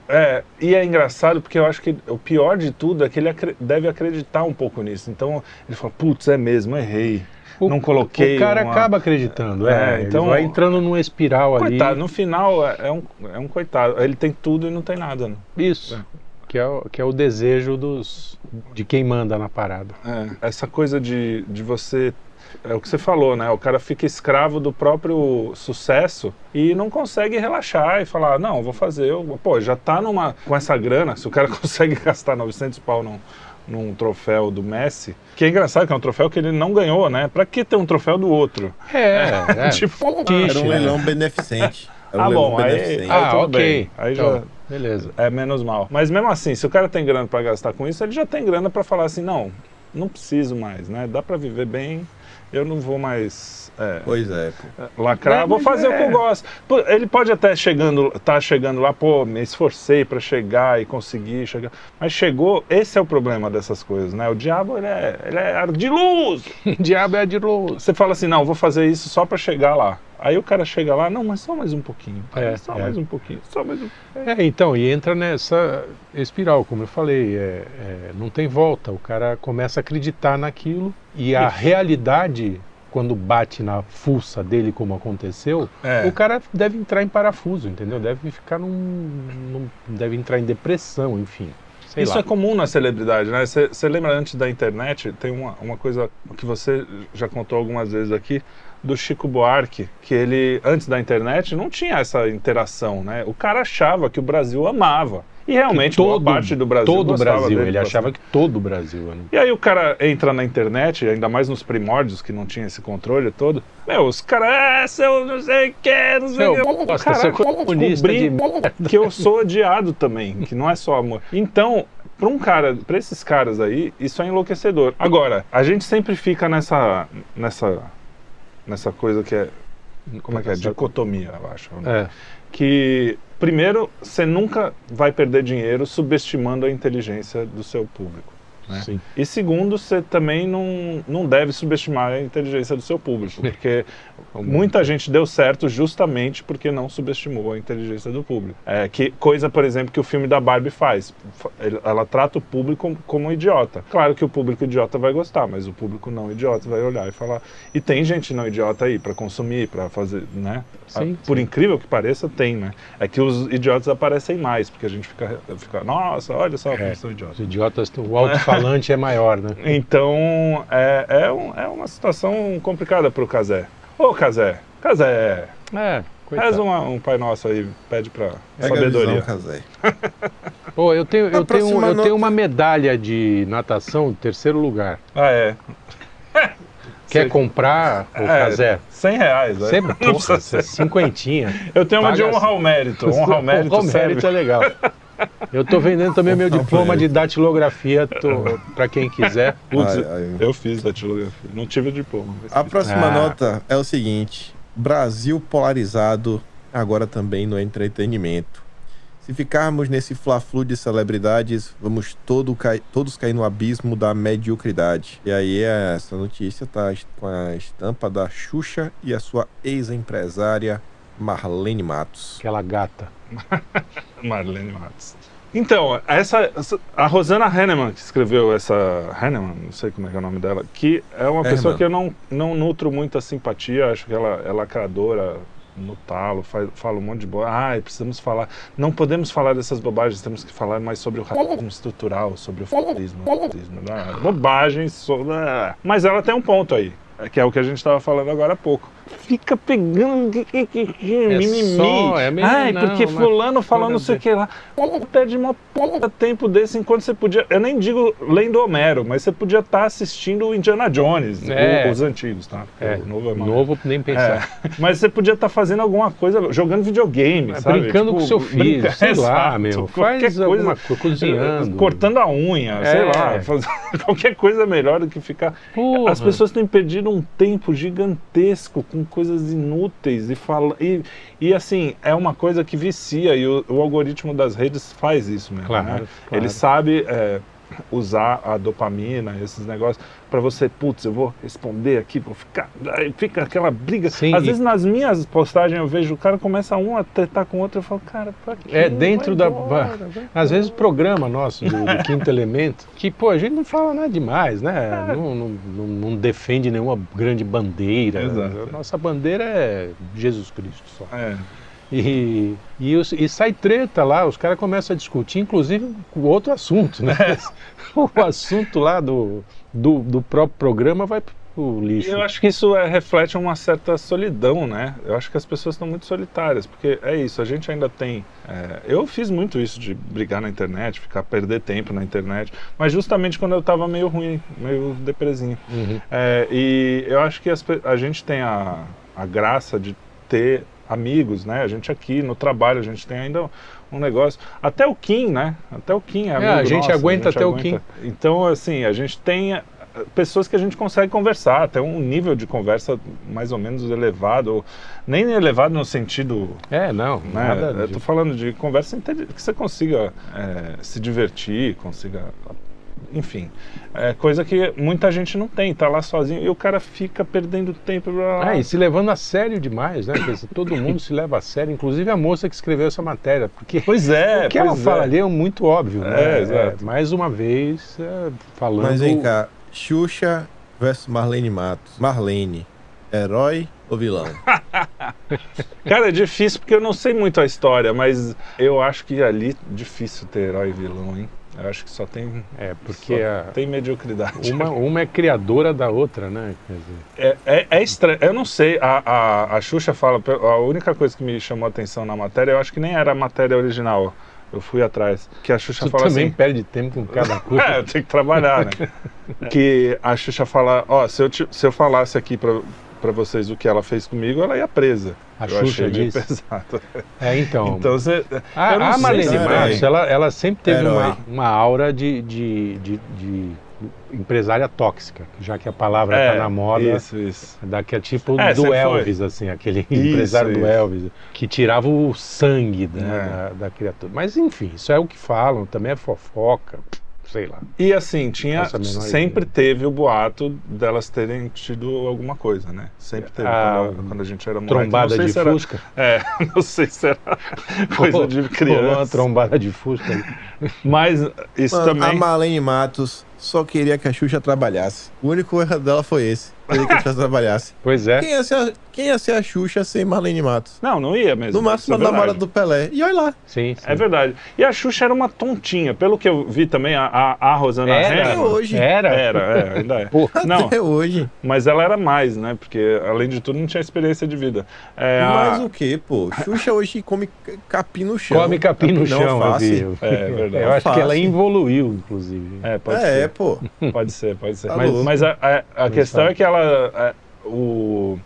É, e é engraçado porque eu acho que o pior de tudo é que ele acre- deve acreditar um pouco nisso. Então ele fala, putz, é mesmo, errei. [LAUGHS] O- não coloquei. o cara uma- acaba acreditando, é. É, então- Ele vai entrando numa espiral Coitado, ali. no final é, é um, é um coitado. Ele tem tudo e não tem nada. Né? Isso. Que é, o, que é o desejo dos, de quem manda na parada. É. Essa coisa de, de você. É o que você falou, né? O cara fica escravo do próprio sucesso e não consegue relaxar e falar, não, vou fazer. Eu, pô, já tá numa. Com essa grana, se o cara [LAUGHS] consegue gastar 900 pau num, num troféu do Messi, que é engraçado que é um troféu que ele não ganhou, né? Pra que ter um troféu do outro? É, [LAUGHS] [LAUGHS] é. Tipo, Quiche, Era um né? leilão beneficente. Era um Ah, leilão bom, aí- beneficente. aí Ah, tudo ok. bem. Aí já- Então, Beleza. É menos mal. Mas mesmo assim, se o cara tem grana pra gastar com isso, ele já tem grana pra falar assim, não, não preciso mais, né? Dá pra viver bem, eu não vou mais é, Pois é, pô. lacrar, É, vou mas fazer o que é. eu gosto. Pô, Ele pode até chegando, tá chegando lá, pô, me esforcei pra chegar e conseguir chegar, mas chegou, esse é o problema dessas coisas, né? O diabo ele é, ele é ardiloso. [LAUGHS] Diabo é de luz. Você fala assim, não, vou fazer isso só pra chegar lá. Aí o cara chega lá, não, mas só mais um pouquinho, É, só é. mais um pouquinho, só mais um. É, então, e entra nessa espiral, como eu falei, é- é, não tem volta. O cara começa a acreditar naquilo e a realidade, quando bate na fuça dele, como aconteceu, É. o cara deve entrar em parafuso, entendeu? Deve ficar num. num- deve entrar em depressão, enfim. Sei Isso lá. é comum na celebridade, né? Você lembra antes da internet, tem uma, uma coisa que você já contou algumas vezes aqui, do Chico Buarque, que ele, antes da internet, não tinha essa interação, né? O cara achava que o Brasil amava. E realmente, todo, boa parte do Brasil Todo o gostava Brasil. dele, ele gostava. achava que todo o Brasil. Né? E aí o cara entra na internet, ainda mais nos primórdios, que não tinha esse controle todo. Meu, os caras, ah, seu não sei o que, não sei Seu o que. bosta, seu é comunista de merda. que eu sou odiado também, que não é só amor. Então, pra um cara, pra esses caras aí, isso é enlouquecedor. Agora, a gente sempre fica nessa, nessa, nessa coisa que é, como é que é, dicotomia, eu acho. né? É. Que, primeiro, você nunca vai perder dinheiro subestimando a inteligência do seu público. né? Sim. E segundo, você também não, não deve subestimar a inteligência do seu público, porque muita gente deu certo justamente porque não subestimou a inteligência do público. É, que coisa, por exemplo, que o filme da Barbie faz. Fa- ele- Ela trata o público como, como um idiota. Claro que o público idiota vai gostar, mas o público não idiota vai olhar e falar. E tem gente não idiota aí para consumir, para fazer, né? Sim, por incrível que pareça, tem, né? É que os idiotas aparecem mais, porque a gente fica, fica nossa, olha só como são idiotas. Os idiotas, o alto-falante é maior, né? Então, é, é, um- é uma situação complicada pro Casé. Ô, Casé, Casé, É, faz coitado. uma- um Pai Nosso aí, pede pra Pega É a sabedoria. visão, Cazé. Pô, eu tenho, eu, tenho, próxima eu no- tenho uma medalha de natação, terceiro lugar. Ah, é. Quer Sei. comprar, É, ô Cazé? é 100 reais, né? Sempre, Não precisa porra, ser. cinquentinha. [LAUGHS] Eu tenho uma de Paga- honra ao mérito. Honra [LAUGHS] ao mérito, Honra ao serve. mérito é legal. Eu tô vendendo também meu diploma de datilografia É. tô, pra quem quiser. Putz, Ai, ai. eu fiz da datilografia. Não tive diploma. mas A fiz. próxima Ah. nota é o seguinte: Brasil polarizado agora também no entretenimento. Se ficarmos nesse fla-flu de celebridades, vamos todo cai- todos cair no abismo da mediocridade. E aí essa notícia tá es- com a estampa da Xuxa e a sua ex-empresária Marlene Matos. Aquela gata. Marlene Matos. Então, essa, essa- a Rosana Henneman, que escreveu essa. Henneman, não sei como é, que é o nome dela, que é uma É, Renan. pessoa que eu não, não nutro muita simpatia, acho que ela é lacradora no talo, faz, fala um monte de boa. Ai, precisamos falar. Não podemos falar dessas bobagens, temos que falar mais sobre o racismo estrutural, sobre o fascismo. o fascismo ah, bobagens. So, ah. Mas ela tem um ponto aí. Que é o que a gente estava falando agora há pouco. Fica pegando. mimimi. só, é meio- Ai, não, porque mas- fulano falando não Nada a sei o que lá. Perde uma puta tempo desse enquanto você podia. Eu nem digo lendo Homero, mas você podia estar assistindo o Indiana Jones, É. o- os antigos, tá? É, o novo é mais- Novo, nem É, pensar. mas você podia estar fazendo alguma coisa, jogando videogame, É, sabe? brincando com Tipo, seu filho, brinca- sei lá, [LAUGHS] Exato, meu. Faz qualquer eh, alguma coisa, cozinhando. Cortando a unha, sei É. lá. fazendo [LAUGHS] qualquer coisa melhor do que ficar. Porra. As pessoas têm perdido um tempo gigantesco com coisas inúteis e fala e, e assim é uma coisa que vicia e o, o algoritmo das redes faz isso mesmo. Claro, né? claro. Ele sabe é, usar a dopamina, esses negócios para você, putz, eu vou responder aqui, vou ficar, aí fica aquela briga. Sim, Às e- vezes nas minhas postagens eu vejo o cara começa um a tretar com o outro, eu falo, cara, pra quê? É, dentro da- Vai embora, vai Às vezes programa nosso do, do Quinto Elemento, que pô, a gente não fala nada demais, né? É. Não, não- não- não defende nenhuma grande bandeira. Exato. A Nossa bandeira é Jesus Cristo só. embora. É. E, e, os- e sai treta lá, os caras começam a discutir, inclusive com outro assunto, né? É. [LAUGHS] o assunto lá do, do, do próprio programa vai pro lixo. Eu acho que isso é, reflete uma certa solidão, né? Eu acho que as pessoas estão muito solitárias, porque é isso, a gente ainda tem. é, eu fiz muito isso de brigar na internet, ficar perder tempo na internet, mas justamente quando eu tava meio ruim, meio depresinho. Uhum. É, e eu acho que as pe- a gente tem a, a graça de ter amigos, né? A gente aqui no trabalho, a gente tem ainda um negócio. Até o Kim, né? Até o Kim é amigo a gente nosso, aguenta até o o Kim. Então, assim, a gente tem eh, pessoas que a gente consegue conversar, até um nível de conversa mais ou menos elevado, ou nem elevado no sentido É, não, né? nada. Eu de- tô falando de conversa inte- que você consiga é, se divertir, consiga. Enfim, é coisa que muita gente não tem, tá lá sozinho e o cara fica perdendo tempo. Blá, blá, blá. Ah, e se levando a sério demais, né? Quer dizer, todo mundo se leva a sério, inclusive a moça que escreveu essa matéria, porque Pois é, o que pois ela é. fala ali é muito óbvio, né? É, exato. mais uma vez, é, falando... Mas vem cá, Xuxa versus Marlene Matos. Marlene, herói ou vilão? Cara, é difícil porque eu não sei muito a história, mas eu acho que ali difícil ter herói e vilão, hein? Eu acho que só tem, É, porque a- tem mediocridade. uma, uma é criadora da outra, né? Quer dizer, É, é, é estranho. Eu não sei. A, a, a Xuxa fala. A única coisa que me chamou a atenção na matéria, eu acho que nem era a matéria original. Eu fui atrás. Que a Xuxa tu fala também assim. perde tempo com cada coisa. [LAUGHS] É, eu tenho que trabalhar, [LAUGHS] né? que a Xuxa fala, ó, se eu, te- se eu falasse aqui pra, pra vocês o que ela fez comigo, ela ia presa. A eu Xuxa achei meio disse. pesado. É, então. Então você. a eu não a sei Marlene se é Matos, herói. ela, ela sempre teve uma, Herói. uma aura de, de, de- de empresária tóxica, já que a palavra está tá na moda. É, Isso, isso. Daqui a tipo É, do sempre foi. Elvis, assim, aquele Isso, empresário do isso. Elvis, que tirava o sangue da, É. da, da criatura. Mas enfim, isso é o que falam, também é fofoca, sei lá. E assim, tinha. Nossa, a menor Sempre ideia. teve o boato delas terem tido alguma coisa, né? Sempre teve. Ah, quando, a- quando a gente era moleque. Trombada Não sei de se era- fusca. [LAUGHS] É, não sei se [LAUGHS] era coisa de Rolou uma criança. trombada de fusca. Mas isso Mano, A também. Marlene Matos só queria que a Xuxa trabalhasse. O único erro dela foi esse. Queria que a Xuxa [LAUGHS] trabalhasse. Pois é. Quem ia, ser a, quem ia ser a Xuxa sem Marlene Matos? Não, não ia mesmo. No máximo, a isso é namorada verdade. do Pelé. E olha lá. Sim, sim. É verdade. E a Xuxa era uma tontinha. Pelo que eu vi também, a, a, a Rosana Era. Até Herman- hoje. Era? Era, [LAUGHS] é, ainda é. Porra. Não, Até hoje. mas ela era mais, né? Porque, além de tudo, não tinha experiência de vida. É, a- Mas o que, pô? Xuxa hoje come c- capim no chão. Come capim no Não chão, eu face. vi. É, é verdade. Eu acho que Face. ela evoluiu, inclusive. É, pode É, ser. pô. [LAUGHS] Pode ser, pode ser. Tá mas louco. mas a, a, a questão fala. é que ela. é, o,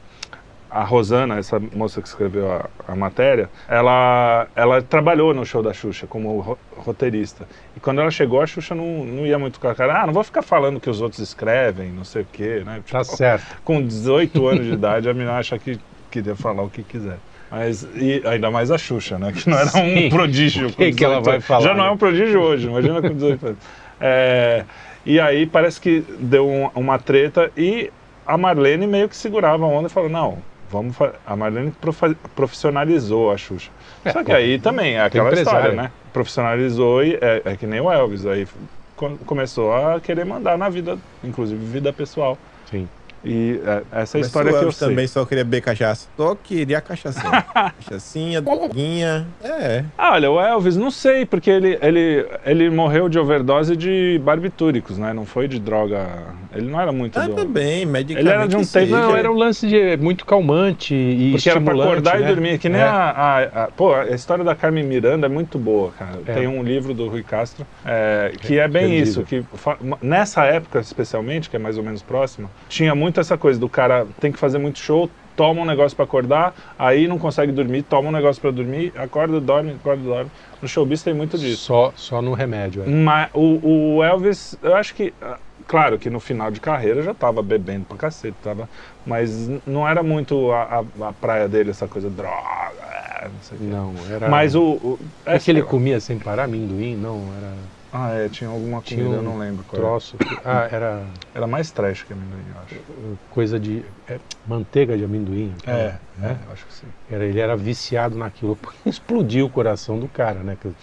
a Rosana, essa moça que escreveu a, a matéria, ela, ela trabalhou no show da Xuxa como ro- roteirista. E quando ela chegou, a Xuxa não, não ia muito com a cara. Ah, não vou ficar falando que os outros escrevem, não sei o quê, né? Tá Tipo, certo. com 18 anos de idade, a menina acha que queria falar o que quiser. Mas e ainda mais a Xuxa, né? Que não era Sim. um prodígio. que que ela vai anos. falar, Já não né? é um prodígio hoje, imagina com 18 anos. É, e aí parece que deu um- uma treta e a Marlene meio que segurava a onda e falou: não. vamos fa- a Marlene profa- profissionalizou a Xuxa. É, Só que pô, aí também é aquela empresária. história, né? Profissionalizou e é, é que nem o Elvis, aí f- co- começou a querer mandar na vida, inclusive vida pessoal. Sim. E é, essa é a Mas história o que eu Elvis sei. também só queria beber cachaça. Só queria [LAUGHS] cachaçinha. cachaçinha, doguinha. É. Ah, olha, o Elvis, não sei, porque ele, ele, ele morreu de overdose de barbitúricos, né? Não foi de droga. Ele não era muito Ah, do. também, medicamente. Tá Ele era de um que tempo- seja. Não, era um lance de é, muito calmante e Porque era pra estimulante, acordar né? e dormir, que nem É. a, a- a- Pô, a história da Carmen Miranda é muito boa, cara. É. Tem um livro do Rui Castro é, que é bem Perdido. isso, que fa- ma- nessa época especialmente, que é mais ou menos próxima, tinha muito essa coisa do cara tem que fazer muito show, toma um negócio pra acordar, aí não consegue dormir, toma um negócio pra dormir, acorda, dorme, acorda, dorme. No showbiz tem muito disso. Só, só no remédio. É. Mas o, o Elvis, eu acho que. ah, Claro que no final de carreira já tava bebendo pra cacete, tava, mas n- não era muito a, a- a praia dele, essa coisa droga, é, não sei o quê. Não, era. Mas o. o é, É que ele sei lá. comia sem parar amendoim? Não, era Ah, é, tinha alguma Tinha comida, um eu não lembro qual. é? era. troço. Ah, era Era mais trash que amendoim, eu acho. uh, coisa de. é, manteiga de amendoim. aquela- É, né? eu acho que sim. Era, ele era viciado naquilo. [LAUGHS] Porque explodiu o coração do cara, né? Aquela-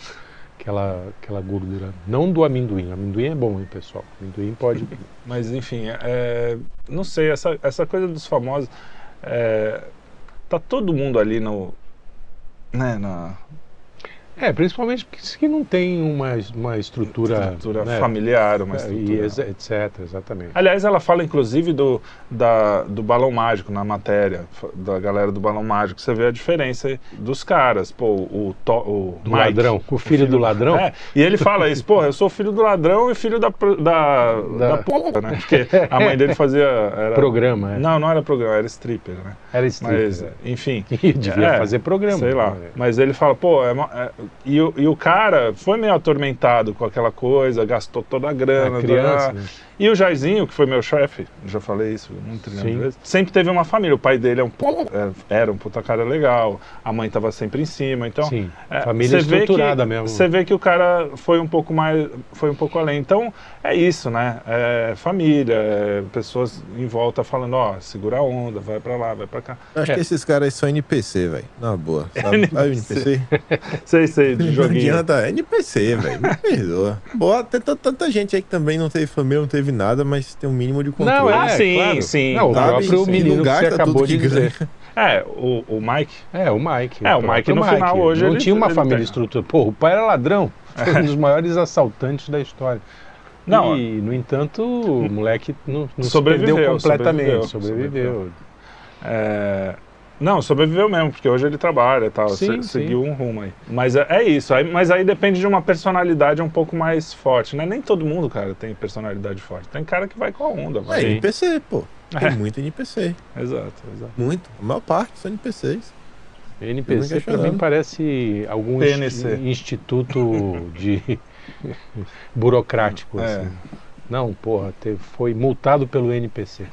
Aquela, aquela gordura. Não do amendoim. Amendoim é bom, hein, pessoal? Amendoim pode. Mas enfim, é, não sei, essa, essa coisa dos famosos. é, tá todo mundo ali no. Né, na É, principalmente porque isso que não tem uma, uma estrutura. estrutura né, familiar, uma é, estrutura. Ah, e exa- etc. Exatamente. Aliás, ela fala inclusive do, da- do balão mágico na matéria, f- da galera do balão mágico. Você vê a diferença dos caras. Pô, o, to, o Do Mike. ladrão. O filho do ladrão. É, e ele fala isso, porra, eu sou filho do ladrão e filho da, pro- da, Da- da... puta, né? Porque a mãe dele fazia. Era... Programa, é. Não, não era programa, era stripper, né? Era stripper. Mas, [LAUGHS] enfim. E devia É, fazer programa. Sei lá. né? Mas ele fala, pô, é mó- é- e, o, e o cara foi meio atormentado com aquela coisa, gastou toda a grana. A criança, toda- né? E o Jairzinho, que foi meu chefe, já falei isso um trilhão de Sim. vezes, sempre teve uma família. O pai dele é um, pu- é- era um puta cara legal, a mãe tava sempre em cima, então... Sim, é, família você vê estruturada que, mesmo. Você vê que o cara foi um pouco mais, foi um pouco além. Então, é isso, né? É família, é pessoas em volta falando, ó, segura a onda, vai pra lá, vai pra cá. Acho que esses caras são NPC, velho. Na boa. [LAUGHS] Sabe, sabe NPC? Sei, sei, de Não joguinho. adianta, é NPC, velho. [LAUGHS] Me perdoa. Boa, tem t- tanta gente aí que também não teve família, não teve nada, mas tem um mínimo de controle. Não, Ah, é, sim, claro. sim. Não, o Sabe? próprio Sim. menino Não que você gasta acabou tudo de que dizer. É, o, o Mike, É, o Mike. É, o próprio Mike no final hoje Não ele- tinha uma ele família tem. estruturada. Pô, o pai [LAUGHS] era ladrão. Foi um dos maiores assaltantes da história. Não, e, no entanto, o moleque não, não se Sobreviveu, perdeu completamente. sobreviveu, Sobreviveu. É, Não, sobreviveu mesmo, porque hoje ele trabalha e tal, Sim, se- sim. seguiu um rumo aí. Mas é, é isso, aí- mas aí depende de uma personalidade um pouco mais forte, né? Nem todo mundo, cara, tem personalidade forte. Tem cara que vai com a onda, É vai. Sim. NPC, [LAUGHS] pô. Tem muito NPC. Exato, exato. Muito. A maior parte são NPCs. NPC Nunca para mim chorando. parece algum PNC. insti- instituto de [LAUGHS] burocrático. É. assim. Não, porra, te- foi multado pelo [LAUGHS] NPC.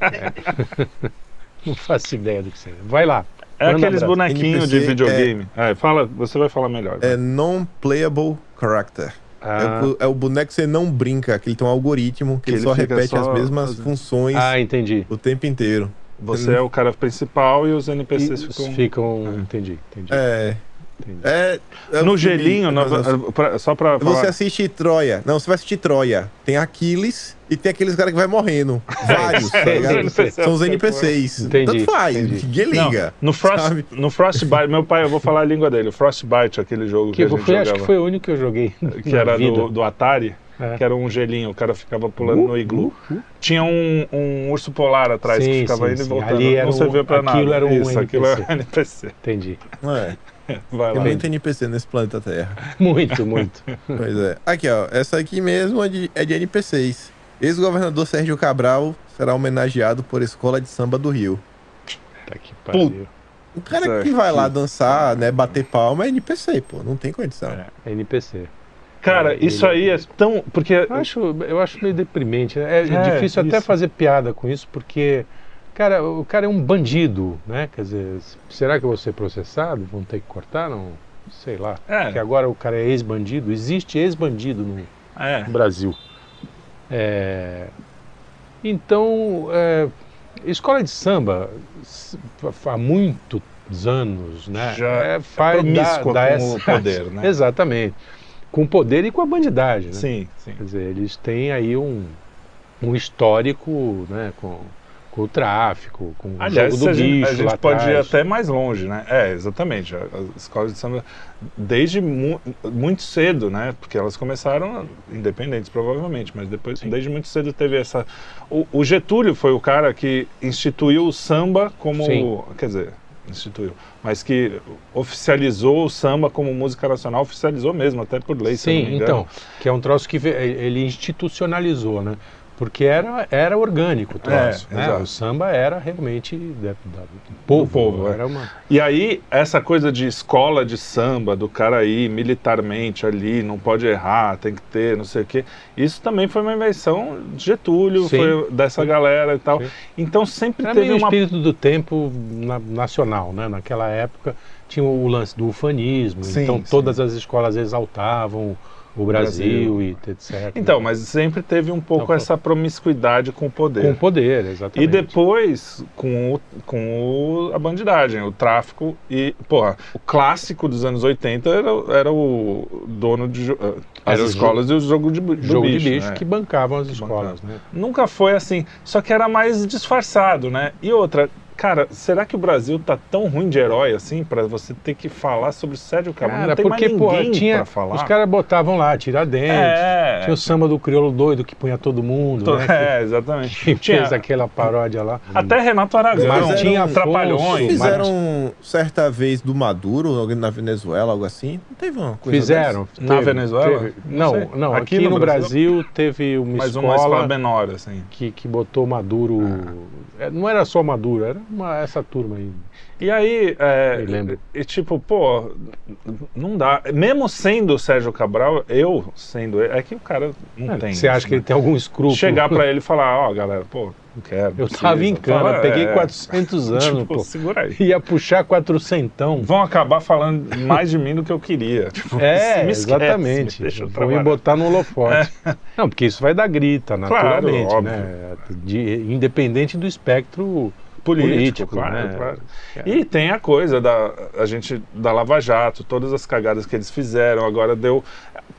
É. Não faço ideia do que seja. Vai lá. É Manda aqueles abraço. bonequinhos de NPC videogame. É, fala, você vai falar melhor. É non-playable character. É, Ah, o, é o boneco que você não brinca, que ele tem um algoritmo que, Que ele ele só fica repete só as mesmas fazendo. funções ah, entendi. o tempo inteiro. Você é o cara principal e os NPCs E os ficam. ficam- Entendi, entendi. É. entendi. é, é No um filme- gelinho, na- pra- só pra falar. Você assiste Troia. Não, você vai assistir Troia. Tem Aquiles e tem aqueles caras que vai morrendo. Vários, tá ligado? NPC. São os NPCs. Entendi, Tanto faz, entendi. ninguém Não, liga. no, Frost, sabe? no Frostbite, meu pai, eu vou falar a língua dele, Frostbite, aquele jogo que, Que a gente foi, acho que jogava. foi o único que [LAUGHS] eu joguei. que na era vida. do, do Atari, É. que era um gelinho, o cara ficava pulando no iglu. Uh, uh. Tinha um, um urso polar atrás que Sim, ficava sim, indo sim. e voltando. Ali era não um- servia pra nada. aquilo era um Isso, aquilo NPC. era um NPC. Entendi. É, Vai tem lá. muito NPC nesse planeta Terra. [LAUGHS] Muito, muito. Pois é. Aqui, ó. Essa aqui mesmo é de, é de NPCs. Ex-governador Sérgio Cabral será homenageado por Escola de Samba do Rio. Tá que pariu. O cara Isso que vai aqui. lá dançar, né, bater palma é NPC, pô. Não tem condição. É. NPC. Cara, isso aí é tão. Porque. Eu acho, eu acho meio deprimente. né? É, É, difícil até isso. fazer piada com isso, porque, cara, o cara é um bandido, né? Quer dizer, será que eu vou ser processado? Vão ter que cortar? Não sei lá. Porque É, agora o cara é ex-bandido. Existe ex-bandido no é. Brasil. É, Então, é, Escola de samba, s- há muitos anos, né? Já é, faz, promíscua dá- dá com o essa- poder, né? [LAUGHS] Exatamente. Com o poder e com a bandidagem, né? Sim, sim. Quer dizer, eles têm aí um, um histórico né, com, com o tráfico, com Aliás, o jogo se do a gente, bicho a lá gente pode ir atrás. até mais longe, né? É, exatamente. A- As escolas de samba, desde mu- muito cedo, né? Porque elas começaram independentes, provavelmente, mas depois, desde muito cedo teve essa. O, o Getúlio foi o cara que instituiu o samba como. Sim. Quer dizer, instituiu, mas que oficializou o samba como música nacional, oficializou mesmo, até por lei, se eu Sim, não me engano. então, que é um troço que ve- ele institucionalizou, né? Porque era, era orgânico o troço, É, né? exato. O samba era realmente da, da, do povo. povo, é. era uma... E aí, essa coisa de escola de samba, do cara ir militarmente ali, não pode errar, tem que ter, não sei o quê, isso também foi uma invenção de Getúlio, Sim. foi dessa galera e tal. Sim. Então sempre Era teve meio o uma. espírito do tempo na- nacional, né? Naquela época tinha o lance do ufanismo, Sim, então sim. todas as escolas exaltavam o Brasil, Brasil. e etc. Então, mas sempre teve um pouco Não, essa promiscuidade com o poder. com o poder, E exatamente. depois, com, o, com o- a bandidagem, o tráfico e, porra, o clássico dos anos 80 era, o- era o dono de... jo- eh, As Era o escolas e o jogo de, bu- do jogo bicho, de bicho né? que bancavam as Que escolas, né? Nunca foi assim, só que era mais disfarçado, né? E outra, cara, será que o Brasil tá tão ruim de herói assim pra você ter que falar sobre o Sérgio Camargo? Não tem mais ninguém porra, pra falar. os caras botavam lá, Tiradentes, é, tinha o samba do crioulo doido que punha todo mundo, to- né? [LAUGHS] é, [LAUGHS] exatamente. Que Tinha- fez aquela paródia lá. Até Renato Aragão, Mas tinha tinha trapalhões. Afonso, Fizeram certa vez do Maduro, alguém na Venezuela, algo assim. Não teve uma coisa Fizeram. Na Venezuela? Não Não, sei. não, Aqui Aqui, no no, Brasil, teve uma Mas escola, uma escola Ah. menor, assim. que, que botou Maduro. É, Não era só Maduro, era uma- essa turma aí. E aí, é, Me lembro. e, e tipo, pô, não dá. Mesmo sendo o Sérgio Cabral, eu sendo ele, é que o cara não tem. Você acha isso, que né? ele tem algum escrúpulo? Chegar pra ele e falar, ó, galera, pô, não quero. não Eu tava precisa. em cana, Fala, peguei é, 400 [LAUGHS] anos, tipo, pô. segura aí. Ia puxar quatrocentão. Vão acabar falando mais de mim do que eu queria. [LAUGHS] Tipo, É, me esquece, É. exatamente. me deixa eu Vão me trabalhar. botar no holofote. [LAUGHS] Não, porque isso vai dar grita, naturalmente, óbvio. né? De- independente do espectro político, político, claro, né? claro. É. E tem a coisa da a gente da Lava Jato, todas as cagadas que eles fizeram, agora deu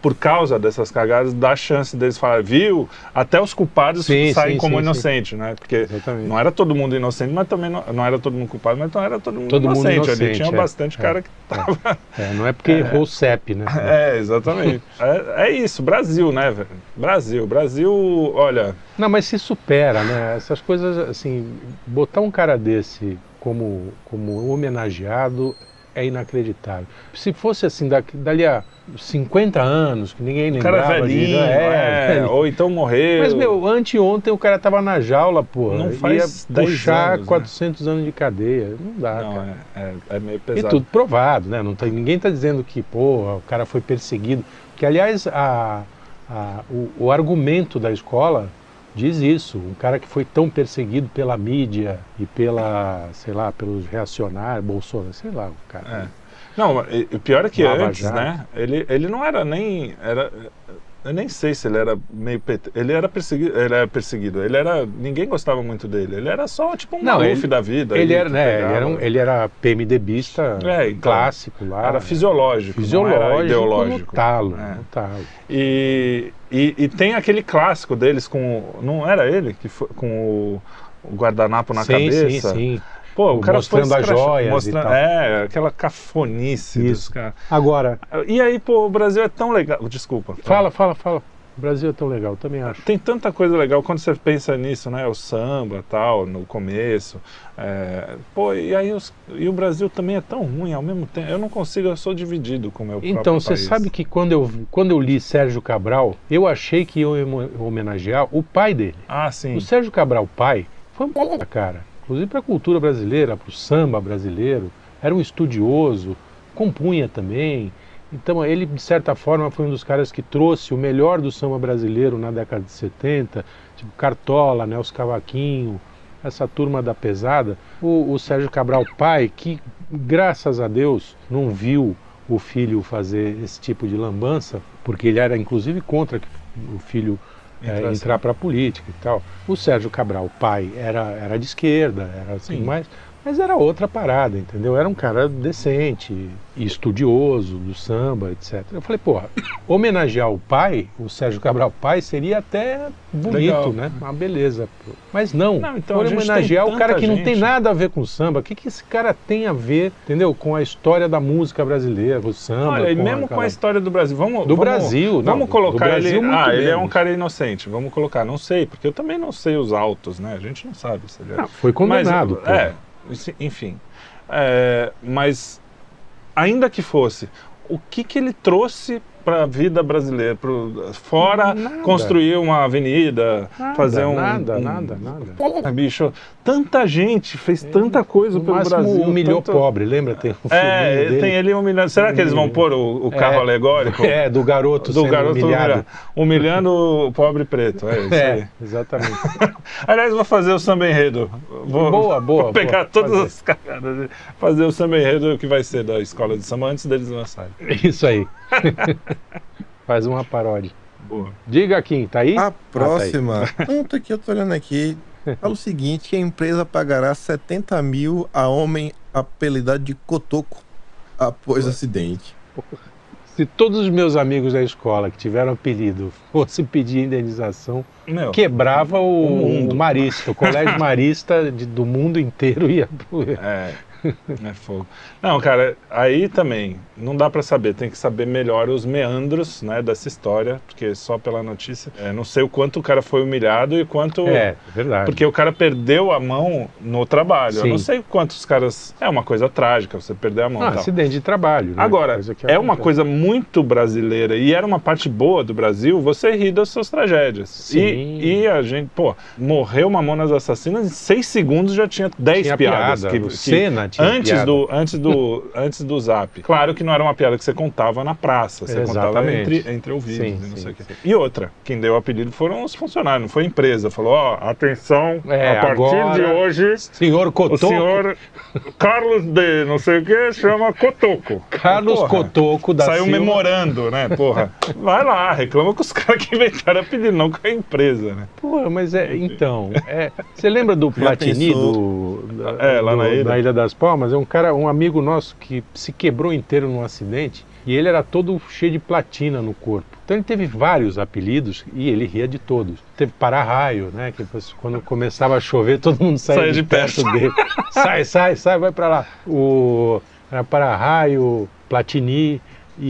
por causa dessas cagadas, dá chance deles falar, viu? Até os culpados Sim, saem sim, como sim, inocente, né? Porque Exatamente. não era todo mundo inocente, mas também não, não era todo mundo culpado, mas não era todo mundo Todo mundo inocente. Ali inocente, tinha é. bastante É. cara que tava [LAUGHS] É, não é porque errou o CEP, né? É, exatamente. é, é isso, Brasil, né, velho? Brasil, Brasil, olha, Não, mas se supera, né? Essas coisas, assim, botar um cara desse como, como homenageado é inacreditável. Se fosse assim, daqui, dali a 50 anos, que ninguém o lembrava. cara é velhinho, disso, é, velhinho. ou então morreu. Mas, meu, anteontem o cara tava na jaula, porra. Não faz ia 10 puxar anos, né? 400 anos de cadeia. Não dá, Não, cara. é, é- é meio E pesado. tudo provado, né? Não tem, ninguém está dizendo que, porra, o cara foi perseguido. Porque, aliás, a- a- o, o argumento da escola diz isso. Um cara que foi tão perseguido pela mídia e pela, sei lá, pelos reacionários, Bolsonaro, sei lá, o cara. É. Não, e- e o pior é que Lava antes, Jato. né? Ele, ele não era nem. Era, eu nem sei se ele era meio PT. Ele era perseguido. Ele era perseguido. Ele era. Ninguém gostava muito dele. Ele era só tipo um Não, maluf ele- da vida. Ele, ali, era, que né, pegava. ele, era um- ele era PMDBista É, então, clássico lá. Era né? fisiológico, Fisiológico, tá. não era no ideológico. talo, É. no talo. E, e, e tem aquele clássico deles com. o- Não era ele? Que foi, com o, o guardanapo na sim, cabeça? sim, sim. Pô, o cara Mostrando foi as escrach- joias e mostrando- tal. É, aquela cafonice dos Isso. caras. Agora, E aí, pô, o Brasil é tão legal. Desculpa. fala, fala, fala. O Brasil é tão legal, também acho. Tem tanta coisa legal quando você pensa nisso, né? O samba tal, no começo. É, Pô, e aí os- e o Brasil também é tão ruim ao mesmo tempo. Eu não consigo, eu sou dividido com o meu próprio Então, você país. sabe que quando eu, quando eu li Sérgio Cabral, eu achei que eu ia mo- homenagear o pai dele. Ah, sim. O Sérgio Cabral pai foi um puta cara, inclusive para a cultura brasileira, para o samba brasileiro, era um estudioso, compunha também. Então ele, de certa forma, foi um dos caras que trouxe o melhor do samba brasileiro na década de 70, tipo Cartola, Nelson Cavaquinho, essa turma da pesada. O, o Sérgio Cabral pai, que graças a Deus não viu o filho fazer esse tipo de lambança, porque ele era inclusive contra que o filho é, Entrar- entrar para a política e tal. O Sérgio Cabral, o pai, era, era de esquerda, era assim, Sim. mas, mas era outra parada, entendeu? Era um cara decente, e estudioso do samba, etc. Eu falei, porra, homenagear o pai, o Sérgio Cabral pai, seria até bonito, Legal. né? Uma beleza. pô. Mas não, Não, não então, a gente tem homenagear o cara tanta que não tem gente. nada a ver com samba. O que, que esse cara tem a ver, entendeu? Com a história da música brasileira, o samba. Olha, e a- mesmo com a aquela- história do Brasil, vamos Do vamos- Brasil, não, vamos do colocar Brasil ele. muito Ah, ele é um menos. cara inocente. Vamos colocar, não sei, porque eu também não sei os autos, né? A gente não sabe se ele é. Não, foi condenado. Mas, pô. é, isso- enfim. É, mas ainda que fosse, o que que ele trouxe para a vida brasileira, pro, fora Nada. construir uma avenida, Nada, fazer um Nada, um- nada, nada. Ah, bicho, tanta gente fez tanta coisa No pelo máximo um Brasil, humilhou tanta- pobre, lembra? Tem um É, filminho tem dele. ele humilhando. Será que eles vão pôr o, o carro É. alegórico? É, do garoto Do sendo garoto humilhado. humilhado. humilhando o pobre preto. É isso aí. É, exatamente. [LAUGHS] Aliás, vou fazer o samba enredo. Vou, Boa, boa, Vou pegar boa, todas fazer. as cagadas. e Fazer o samba enredo que vai ser da escola de samba antes deles lançarem. Isso aí. [LAUGHS] Faz uma paródia. Boa. Diga, Kim, tá aí? A próxima, tanto que eu tô olhando aqui, fala o seguinte, que a empresa pagará 70 mil a homem apelidado de Cotoco após acidente. Se todos os meus amigos da escola que tiveram apelido fossem pedir indenização, Meu, quebrava o, O mundo. o marista, [LAUGHS] o colégio marista de- do mundo inteiro ia pro... É, é fogo. Não, cara, aí também não dá pra saber. Tem que saber melhor os meandros né, dessa história, porque só pela notícia. é, não sei o quanto o cara foi humilhado e quanto. É, verdade. Porque o cara perdeu a mão no trabalho. Eu Sim. não sei quantos caras. É uma coisa trágica você perder a mão. Ah, tal. acidente de trabalho. né? então. Agora, Coisa que é uma acontece. coisa muito brasileira e era uma parte boa do Brasil você rir das suas tragédias. Sim. E, e a gente, pô, morreu Mamonas Assassinas em seis segundos já tinha dez Tinha piadas. piada, que- o que- Senna tinha antes, piada. Do, antes, do, [LAUGHS] antes do zap. Claro que não era uma piada que você contava na praça, você contava Exatamente. entre, entre ouvidos Sim, e não sim, sei o quê. sim. E outra, quem deu o apelido foram os funcionários, não foi a empresa. Falou, ó, atenção, É, a partir agora- de hoje... Senhor O Cotoco, senhor Carlos de não sei o que chama Cotoco. Carlos Porra. Cotoco da Saiu um Silva. memorando, né? Porra. [LAUGHS] Vai lá, reclama com os caras que inventaram apelido, não com a empresa, né? Pô, mas é, então, é, você lembra [LAUGHS] do Platini do, da- É, lá do- na ilha. da Ilha das Palmas? É um cara, um amigo nosso que se quebrou inteiro num acidente e ele era todo cheio de platina no corpo. Então ele teve vários apelidos e ele ria de todos. Teve para-raio, né? Que depois, quando começava a chover, todo mundo saía Saía de de, perto dele. sai, sai, sai, vai pra lá. O era para-raio, Platini.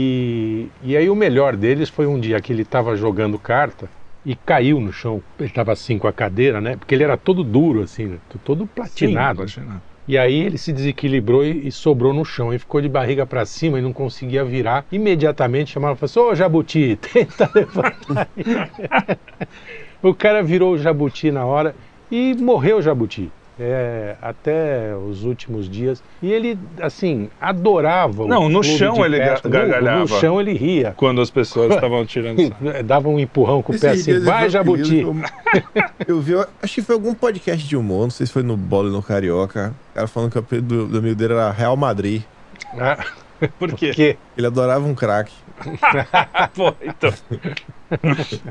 E, e aí o melhor deles foi um dia que ele estava jogando carta e caiu no chão. Ele estava assim com a cadeira, né? Porque ele era todo duro, assim, né? todo platinado. Platinado. e aí ele se desequilibrou e, e sobrou no chão. E ficou de barriga para cima e não conseguia virar. Imediatamente chamaram e falaram assim, ô Jabuti, [LAUGHS] tenta levantar aí." [LAUGHS] O cara virou o Jabuti na hora e morreu o Jabuti. É, até os últimos dias. E ele, assim, adorava o Não, no clube chão de ele ga- festa. No- gargalhava. No chão ele ria. Quando as pessoas estavam tirando sarro. [LAUGHS] Dava um empurrão com o pé Esses assim, dias eu vai vi um Jabuti. apelido que Eu, eu vi, eu acho que foi algum podcast de humor, não sei se foi no Bola ou no Carioca. O cara falando que o apelido do, do amigo dele era Real Madrid. Ah, [LAUGHS] Por quê? que Ele adorava um craque. [LAUGHS] Pô, então.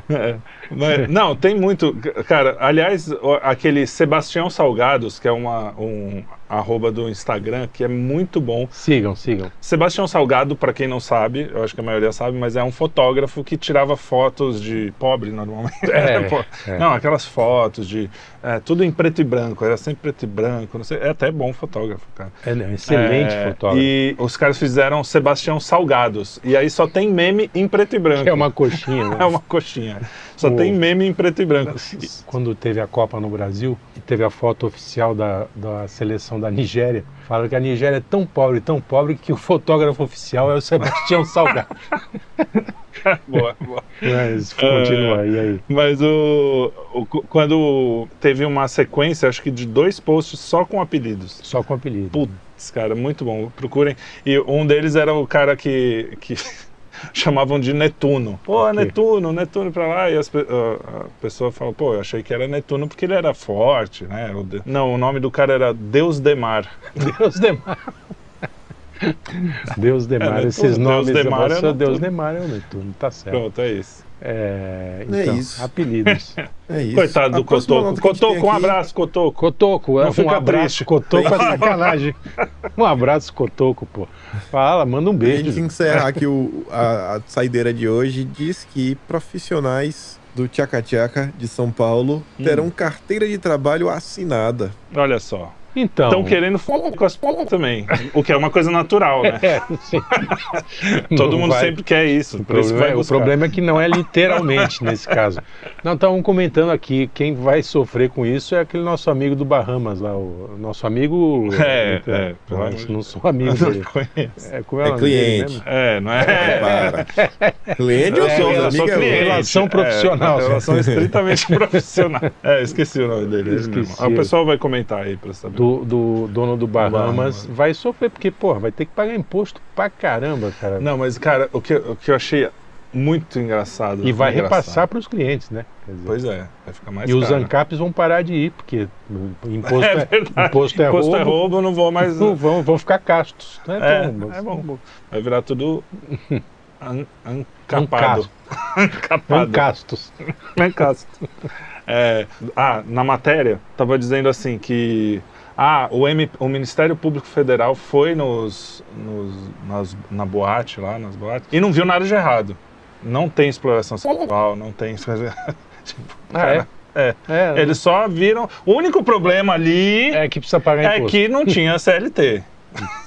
É, [LAUGHS] mas- não, tem muito. Cara, aliás, o- aquele Sebastião Salgados, que é uma, um arroba do Instagram, que é muito bom. Sigam, sigam. Sebastião Salgado, pra quem não sabe, eu acho que a maioria sabe, mas é um fotógrafo que tirava fotos de pobre normalmente. [LAUGHS] É, Pô, é. Não, aquelas fotos de. é, tudo em preto e branco, era sempre preto e branco, não sei. É até bom fotógrafo, cara. É, não, excelente É, fotógrafo. E os caras fizeram Sebastião Salgados. E aí só tem meme em preto e branco. É uma coxinha, [LAUGHS] né? É uma coxinha. Só Uou. tem meme em preto e branco. Quando teve a Copa no Brasil, e teve a foto oficial da, da seleção da Nigéria, falaram que a Nigéria é tão pobre, tão pobre, que o fotógrafo oficial é o [LAUGHS] Sebastião Salgado. [LAUGHS] Boa, boa. É. Mas continua, e aí? Mas o, o- quando teve uma sequência, acho que de dois posts só com apelidos. Só com apelido. Putz, cara, muito bom. Procurem. E um deles era o cara que. que [LAUGHS] chamavam de Netuno. Pô, Ok. Netuno, Netuno pra lá. E as pe- a, a pessoa fala, pô, eu achei que era Netuno porque ele era forte, né? O de- Não, o nome do cara era Deus Demar. Deus demais. Deus Demar, É, esses Netuno. nomes. Deus Demar é eu sou Deus Netuno. Demar é o Netuno, tá certo. Pronto, é isso. É, É então, isso. [LAUGHS] apelidos. É isso. Coitado A do próxima Cotoco. nota que a gente Cotoco, tem um aqui- abraço, Cotoco. Cotoco, é, Não um fica abraço. triste. Cotoco é [LAUGHS] sacanagem. Um abraço, Cotoco, pô. Fala, manda um A gente beijo. encerrar aqui [LAUGHS] o- a, a saideira de hoje diz que profissionais do Tchaca Tchaca de São Paulo Hum. terão carteira de trabalho assinada. Olha só. Então. Estão querendo falar com as p- também. O que é uma coisa natural, né? [LAUGHS] É, sim. [LAUGHS] Todo [LAUGHS] Não mundo vai- sempre quer isso. O por isso que problema, vai é, o buscar. problema é que não é literalmente nesse caso. Não, estavam comentando aqui, quem vai sofrer com isso é aquele nosso amigo do Bahamas lá, o nosso amigo. [LAUGHS] É, então, é, pelo amor não, de não sou amigo [LAUGHS] dele. Não conheço. É, como é, o É nome dele cliente. mesmo? [LAUGHS] É, não é? [LAUGHS] Para. Cliente ou Eu sou, eu sou amigo é cliente. outro. relação É, profissional. é, [LAUGHS] relação estritamente profissional. É, esqueci o nome dele. ele Esqueci. mesmo. Ah, O pessoal vai comentar aí pra saber. Do, do dono do Bahamas Bahamas. vai sofrer, porque, porra, vai ter que pagar imposto pra caramba, cara. Não, mas, cara, o que, o que eu achei muito engraçado. e vai Uhum. engraçado. repassar para os clientes, né? Quer dizer, Pois é, vai ficar mais e os caro. ANCAPs vão parar de ir, porque imposto É é, verdade. imposto é Imposto é roubo, roubo, eu não vou mais. não [LAUGHS] vão, vão ficar castos. Né? É, Então, é bom. Vai virar [LAUGHS] tudo an- ancapado. Ancasto. Não Ancapado. castos. [LAUGHS] Ancasto. É, ah, na matéria, estava dizendo assim que ah, o, M, o Ministério Público Federal foi nos, nos- nas- na boate lá, nas boates, e não viu nada de errado. Não tem exploração sexual, não tem. Ah, é? É. É, Eles só viram. O único problema ali é que precisa pagar é imposto. que não tinha [LAUGHS] CLT.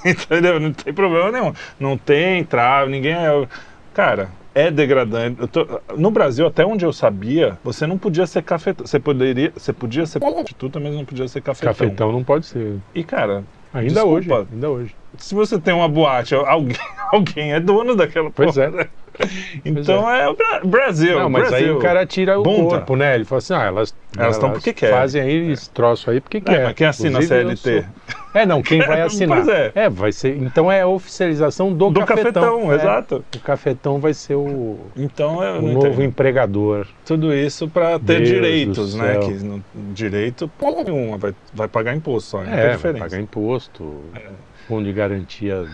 Entendeu? Não tem problema nenhum. Não tem trave, ninguém é. Cara, é degradante. Eu tô- No Brasil, até onde eu sabia, você não podia ser cafetão. Você, poderia... você podia ser prostituta, mas não podia ser cafetão. Cafetão não pode ser. E, cara, Ainda Desculpa. hoje, ainda hoje. se você tem uma boate, [LAUGHS] alguém, alguém é dono daquela Pois porra. é. [LAUGHS] Então é, o Bra- Brasil. Não, mas aí Brasil. o cara tira o Bunta. corpo, né? Ele fala assim, ah, elas Elas tão porque querem. fazem aí esse troço aí porque É, querem. mas quem assina a Inclusive, eu CLT? sou- É, não, quem vai assinar. [LAUGHS] Pois é. vai ser. Então é a oficialização do, Do cafetão, É, exato. O cafetão vai ser o, Então eu o não novo entendo. empregador. Tudo isso para ter Deus direitos, do né? céu. Que não, direito, porra nenhuma, vai, vai pagar imposto só, não tem É, vai diferença. pagar imposto, fundo de garantia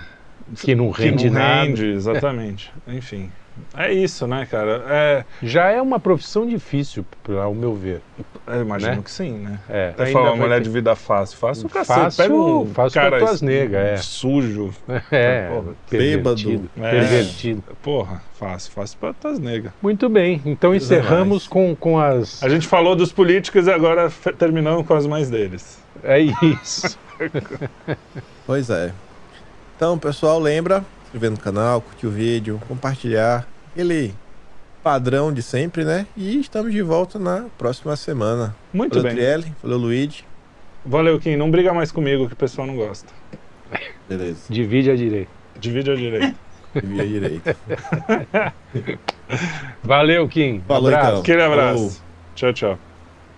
que não Que rende não nada. rende, [LAUGHS] exatamente. Enfim, é isso, né, cara? É, Já é uma profissão difícil, pra- ao meu ver. eu imagino Né? que sim, né? É, Até ainda falar uma vai mulher ter- de vida fácil, fácil o cacete, Fácil- pega um fácil pra cara tuas es- nega, é. sujo, [LAUGHS] É, Porra, pervertido. bêbado. É. pervertido. porra, fácil, fácil pra tuas negas. Muito bem, então Coisa encerramos mais. com, com as. A gente falou dos políticos e agora fe- terminamos com as mães deles. É isso. [LAUGHS] Pois é. Então, pessoal, lembra, se inscrever no canal, curtir o vídeo, compartilhar. Aquele padrão de sempre, né? E estamos de volta na próxima semana. Muito Falou, bem. Trielli. Falou, Luigi. Valeu, Kim. Não briga mais comigo que o pessoal não gosta. Beleza. Divide a direita. Divide a direita. Via direito. Valeu, Kim. Falou, Abraço. então. Aquele Falou. abraço. Tchau, tchau.